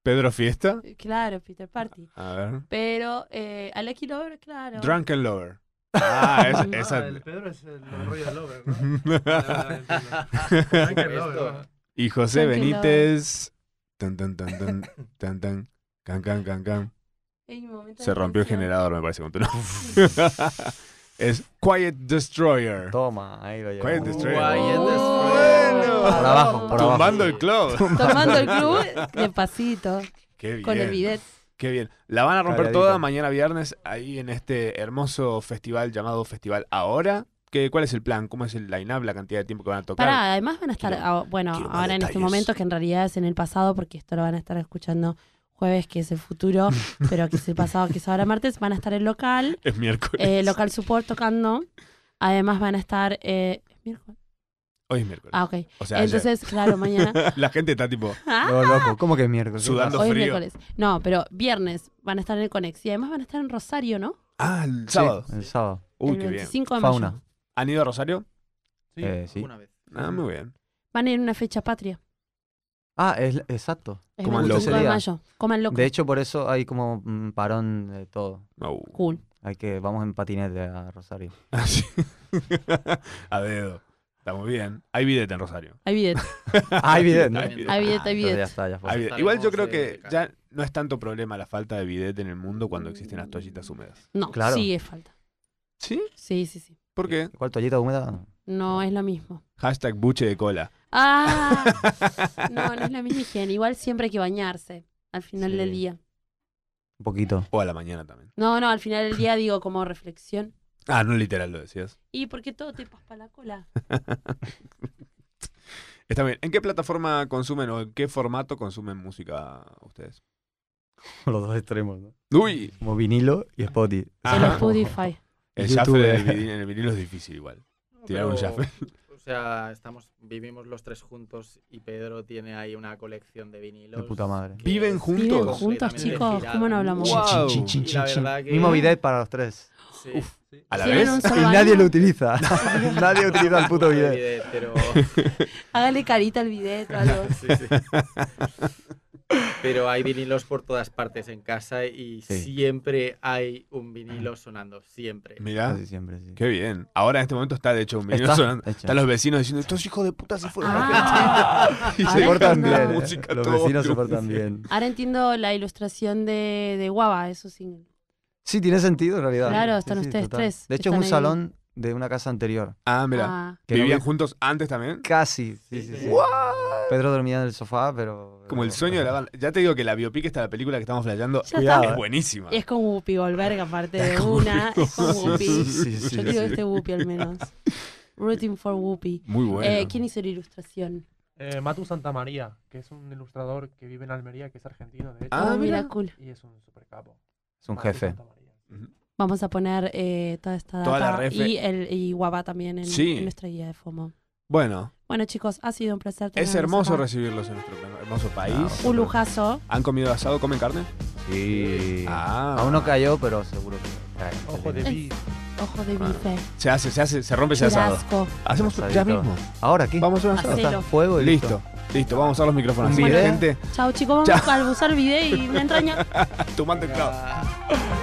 [SPEAKER 2] ¿Pedro Fiesta?
[SPEAKER 3] Claro, Peter Party.
[SPEAKER 2] A ver.
[SPEAKER 3] Pero, eh, Alecky Lover, claro.
[SPEAKER 2] Drunken
[SPEAKER 3] <laughs>
[SPEAKER 2] Lover. Ah, esa. esa-
[SPEAKER 7] Pedro es el
[SPEAKER 2] rollo <laughs>
[SPEAKER 7] lover,
[SPEAKER 2] y José
[SPEAKER 3] Drunken
[SPEAKER 2] Benítez. Tan, tan, tan, tan, tan, tan. Can, can, can, can.
[SPEAKER 3] Hay un momento
[SPEAKER 2] Se
[SPEAKER 3] de
[SPEAKER 2] rompió el
[SPEAKER 3] tensión.
[SPEAKER 2] generador, me parece. con tu nombre. <laughs> es Quiet Destroyer.
[SPEAKER 5] Toma, ahí lo llevo. este
[SPEAKER 2] Quiet Destroyer.
[SPEAKER 7] Quiet
[SPEAKER 2] Uy,
[SPEAKER 3] Oh.
[SPEAKER 7] Destroyer.
[SPEAKER 2] bueno.
[SPEAKER 5] Por abajo, por abajo.
[SPEAKER 2] Tumbando el club.
[SPEAKER 3] Tomando
[SPEAKER 2] <laughs>
[SPEAKER 3] el club de pasito,
[SPEAKER 2] Qué bien.
[SPEAKER 3] con el bidet.
[SPEAKER 2] Qué bien. La van a romper
[SPEAKER 5] Calladito.
[SPEAKER 2] toda mañana viernes ahí en este hermoso festival llamado Festival Ahora, ¿Qué, ¿Cuál es el plan? ¿Cómo es el line-up? ¿La cantidad de tiempo que van a tocar?
[SPEAKER 3] Pará, además van a estar,
[SPEAKER 2] Quiero-
[SPEAKER 3] ah, bueno,
[SPEAKER 2] quiero más
[SPEAKER 3] ahora en este
[SPEAKER 2] detalles.
[SPEAKER 3] momento, que en realidad es en el pasado, porque esto lo van a estar escuchando jueves, que es
[SPEAKER 2] <laughs>
[SPEAKER 3] el futuro, pero que es el pasado, que es ahora martes, van a estar en local,
[SPEAKER 2] Es miércoles. <laughs>
[SPEAKER 3] eh, local support tocando. Además van a estar... eh, ¿es miércoles?
[SPEAKER 2] Hoy es miércoles.
[SPEAKER 3] Ah, ok.
[SPEAKER 2] o sea, ayer. <laughs>
[SPEAKER 3] Entonces, claro, mañana...
[SPEAKER 2] la gente está tipo,
[SPEAKER 3] Ah,
[SPEAKER 5] Lo loco, ¿cómo que es miércoles? ¿Qué
[SPEAKER 2] Sudando.
[SPEAKER 5] pasa?
[SPEAKER 3] Hoy es
[SPEAKER 2] frío.
[SPEAKER 3] miércoles. No, pero viernes van a estar en el Conex y además van a estar en Rosario, ¿no?
[SPEAKER 2] ah, el
[SPEAKER 5] Sí,
[SPEAKER 2] sábado.
[SPEAKER 5] el sábado.
[SPEAKER 2] Uy,
[SPEAKER 3] el
[SPEAKER 2] qué bien.
[SPEAKER 3] 25 de mayo.
[SPEAKER 5] Fauna.
[SPEAKER 2] ¿Han ido a Rosario?
[SPEAKER 7] Sí,
[SPEAKER 5] Eh, sí.
[SPEAKER 7] alguna vez.
[SPEAKER 2] Ah, muy bien.
[SPEAKER 3] Van a ir a una fecha patria.
[SPEAKER 5] Ah, es, exacto.
[SPEAKER 3] Es el
[SPEAKER 2] Coman loco.
[SPEAKER 3] 25 de
[SPEAKER 5] Sería.
[SPEAKER 3] mayo. Coman loco.
[SPEAKER 5] De hecho, por eso hay como un parón de todo.
[SPEAKER 2] Au. <laughs>
[SPEAKER 3] Cool.
[SPEAKER 5] Hay que, vamos en patinete a Rosario.
[SPEAKER 2] Ah, sí. a dedo. Está muy bien. Hay billete en Rosario. <laughs>
[SPEAKER 3] Hay bidet.
[SPEAKER 5] <laughs> Hay bidet, ¿no?
[SPEAKER 2] Hay bidet.
[SPEAKER 3] Hay bidet,
[SPEAKER 5] Ah,
[SPEAKER 3] hay
[SPEAKER 5] entonces
[SPEAKER 3] bidet.
[SPEAKER 5] Ya está, ya fue.
[SPEAKER 2] Hay
[SPEAKER 7] Pues
[SPEAKER 2] bidet. Igual yo creo que
[SPEAKER 7] estaremos, eh,
[SPEAKER 2] ya no es tanto problema la falta de bidet en el mundo cuando existen las toallitas húmedas.
[SPEAKER 3] No,
[SPEAKER 5] Claro.
[SPEAKER 3] sigue falta.
[SPEAKER 2] ¿Sí?
[SPEAKER 3] Sí, sí, sí.
[SPEAKER 2] ¿Por qué?
[SPEAKER 5] ¿Cuál toallita húmeda?
[SPEAKER 3] No es lo mismo.
[SPEAKER 2] Hashtag buche de cola.
[SPEAKER 5] <laughs>
[SPEAKER 3] Ah, no, no es la misma higiene. Igual siempre hay que bañarse al final
[SPEAKER 5] Sí.
[SPEAKER 3] del día.
[SPEAKER 5] Un poquito.
[SPEAKER 2] O a la mañana también.
[SPEAKER 3] No, no, al final del día digo como reflexión.
[SPEAKER 2] Ah, no literal lo decías.
[SPEAKER 3] ¿Y por qué todo te paspa la cola?
[SPEAKER 2] Está bien. ¿En qué plataforma consumen o en qué formato consumen música ustedes?
[SPEAKER 5] <laughs> Los dos extremos, ¿no?
[SPEAKER 2] Uy,
[SPEAKER 5] Como vinilo y Spotify.
[SPEAKER 3] En
[SPEAKER 2] Ajá.
[SPEAKER 3] el Spotify.
[SPEAKER 2] el
[SPEAKER 5] YouTube.
[SPEAKER 2] shuffle en el
[SPEAKER 5] <laughs>
[SPEAKER 2] vinilo- en el vinilo es difícil igual. Tirar un
[SPEAKER 7] Pero,
[SPEAKER 2] shuffle.
[SPEAKER 7] O sea, estamos, vivimos los tres juntos y Pedro tiene ahí una colección de vinilos.
[SPEAKER 5] De puta madre.
[SPEAKER 7] que
[SPEAKER 2] ¿Viven
[SPEAKER 7] es
[SPEAKER 2] juntos?
[SPEAKER 3] Viven
[SPEAKER 7] completamente
[SPEAKER 3] juntos, chicos.
[SPEAKER 7] girada.
[SPEAKER 3] ¿Cómo no hablamos?
[SPEAKER 2] Guau. Wow.
[SPEAKER 7] Y la verdad que...
[SPEAKER 5] Mismo bidet para los tres.
[SPEAKER 7] Sí,
[SPEAKER 2] Uf.
[SPEAKER 7] sí.
[SPEAKER 2] A la <laughs>
[SPEAKER 3] Tienen
[SPEAKER 2] vez.
[SPEAKER 3] un
[SPEAKER 5] Y
[SPEAKER 3] solo
[SPEAKER 5] nadie
[SPEAKER 3] baño.
[SPEAKER 5] lo utiliza. <laughs> nadie utiliza el puto
[SPEAKER 7] Puto
[SPEAKER 5] bidet.
[SPEAKER 7] bidet,
[SPEAKER 5] <laughs>
[SPEAKER 7] pero...
[SPEAKER 3] Hágale carita al
[SPEAKER 2] <laughs>
[SPEAKER 3] bidet o algo.
[SPEAKER 7] Sí, sí. Pero hay vinilos por todas partes en casa y
[SPEAKER 5] Sí.
[SPEAKER 7] siempre hay un vinilo sonando, siempre.
[SPEAKER 2] Mirá,
[SPEAKER 5] Casi siempre, Ah, sí.
[SPEAKER 2] qué bien. Ahora en este momento está de hecho un vinilo
[SPEAKER 5] Está,
[SPEAKER 2] sonando.
[SPEAKER 5] de hecho.
[SPEAKER 2] Están los vecinos diciendo, estos hijos de puta se fueron.
[SPEAKER 3] Ah.
[SPEAKER 5] <laughs>
[SPEAKER 2] y
[SPEAKER 3] Ahora
[SPEAKER 5] Se portan
[SPEAKER 3] entiendo.
[SPEAKER 5] bien.
[SPEAKER 2] la
[SPEAKER 5] eh.
[SPEAKER 2] música
[SPEAKER 5] Los
[SPEAKER 2] todo
[SPEAKER 5] vecinos se
[SPEAKER 2] volumen.
[SPEAKER 5] portan bien.
[SPEAKER 3] Ahora entiendo la ilustración de, de Guava, eso sí.
[SPEAKER 5] Sí, tiene sentido en realidad.
[SPEAKER 3] Claro,
[SPEAKER 5] Sí,
[SPEAKER 3] están
[SPEAKER 5] sí,
[SPEAKER 3] ustedes
[SPEAKER 5] total.
[SPEAKER 3] tres,
[SPEAKER 5] De hecho, es
[SPEAKER 3] están
[SPEAKER 5] un
[SPEAKER 3] ahí.
[SPEAKER 5] salón de una casa anterior.
[SPEAKER 2] Ah, mira.
[SPEAKER 3] Ah,
[SPEAKER 5] Que no
[SPEAKER 2] ¿Vivían
[SPEAKER 5] vi-
[SPEAKER 2] juntos antes también?
[SPEAKER 5] Casi. Sí, sí,
[SPEAKER 7] Sí,
[SPEAKER 5] sí.
[SPEAKER 7] sí.
[SPEAKER 5] Pedro dormía en el sofá, pero.
[SPEAKER 2] Como el sueño de la banda. Ya te digo que la biopic esta la película que estamos flayando
[SPEAKER 3] Ya
[SPEAKER 5] Cuidado,
[SPEAKER 2] es
[SPEAKER 5] eh.
[SPEAKER 2] buenísima. <laughs>
[SPEAKER 3] es con Whoopi Goldberg, aparte de una. Es con Whoopi.
[SPEAKER 5] Sí, sí, sí,
[SPEAKER 3] Yo
[SPEAKER 5] sí.
[SPEAKER 3] quiero este Whoopi al menos. Rooting for Whoopi.
[SPEAKER 2] Muy buena.
[SPEAKER 3] Eh, ¿Quién hizo la ilustración?
[SPEAKER 8] Eh, Matu Santamaría, que es un ilustrador que vive en Almería, que es argentino, de hecho.
[SPEAKER 2] Ah,
[SPEAKER 3] Oh, mira,
[SPEAKER 2] mira.
[SPEAKER 3] cool.
[SPEAKER 8] Y es un super capo.
[SPEAKER 5] Es un jefe.
[SPEAKER 3] Vamos a poner eh, toda esta data
[SPEAKER 2] Toda la refe-
[SPEAKER 3] y, el, y Guava también en,
[SPEAKER 2] Sí.
[SPEAKER 3] en nuestra guía de FOMO.
[SPEAKER 2] Bueno,
[SPEAKER 3] Bueno, chicos, ha sido un placer
[SPEAKER 2] es
[SPEAKER 3] tenerlos
[SPEAKER 2] hermoso
[SPEAKER 3] acá.
[SPEAKER 2] recibirlos en nuestro hermoso país.
[SPEAKER 5] Ah,
[SPEAKER 3] Un lujazo.
[SPEAKER 2] ¿Han comido asado? ¿Comen carne?
[SPEAKER 5] Sí.
[SPEAKER 2] Ah.
[SPEAKER 5] Aún no cayó, pero seguro que cae.
[SPEAKER 8] Ojo de
[SPEAKER 3] vi-
[SPEAKER 8] vi.
[SPEAKER 3] Ojo de bife.
[SPEAKER 2] Se hace, se hace, se rompe ese asado.
[SPEAKER 3] Churrasco.
[SPEAKER 2] Hacemos ya
[SPEAKER 5] Asadito.
[SPEAKER 2] mismo.
[SPEAKER 5] Ahora aquí.
[SPEAKER 2] Vamos a un asado.
[SPEAKER 3] Hacer-
[SPEAKER 5] Está fuego y listo.
[SPEAKER 2] Listo. Listo, vamos a usar los micrófonos.
[SPEAKER 5] Un
[SPEAKER 2] Así que,
[SPEAKER 5] video.
[SPEAKER 2] gente, <laughs>
[SPEAKER 3] Chao, chicos.
[SPEAKER 2] Chao.
[SPEAKER 3] Vamos a usar bidet y una entraña.
[SPEAKER 2] tomate el clavo.
[SPEAKER 7] Venga.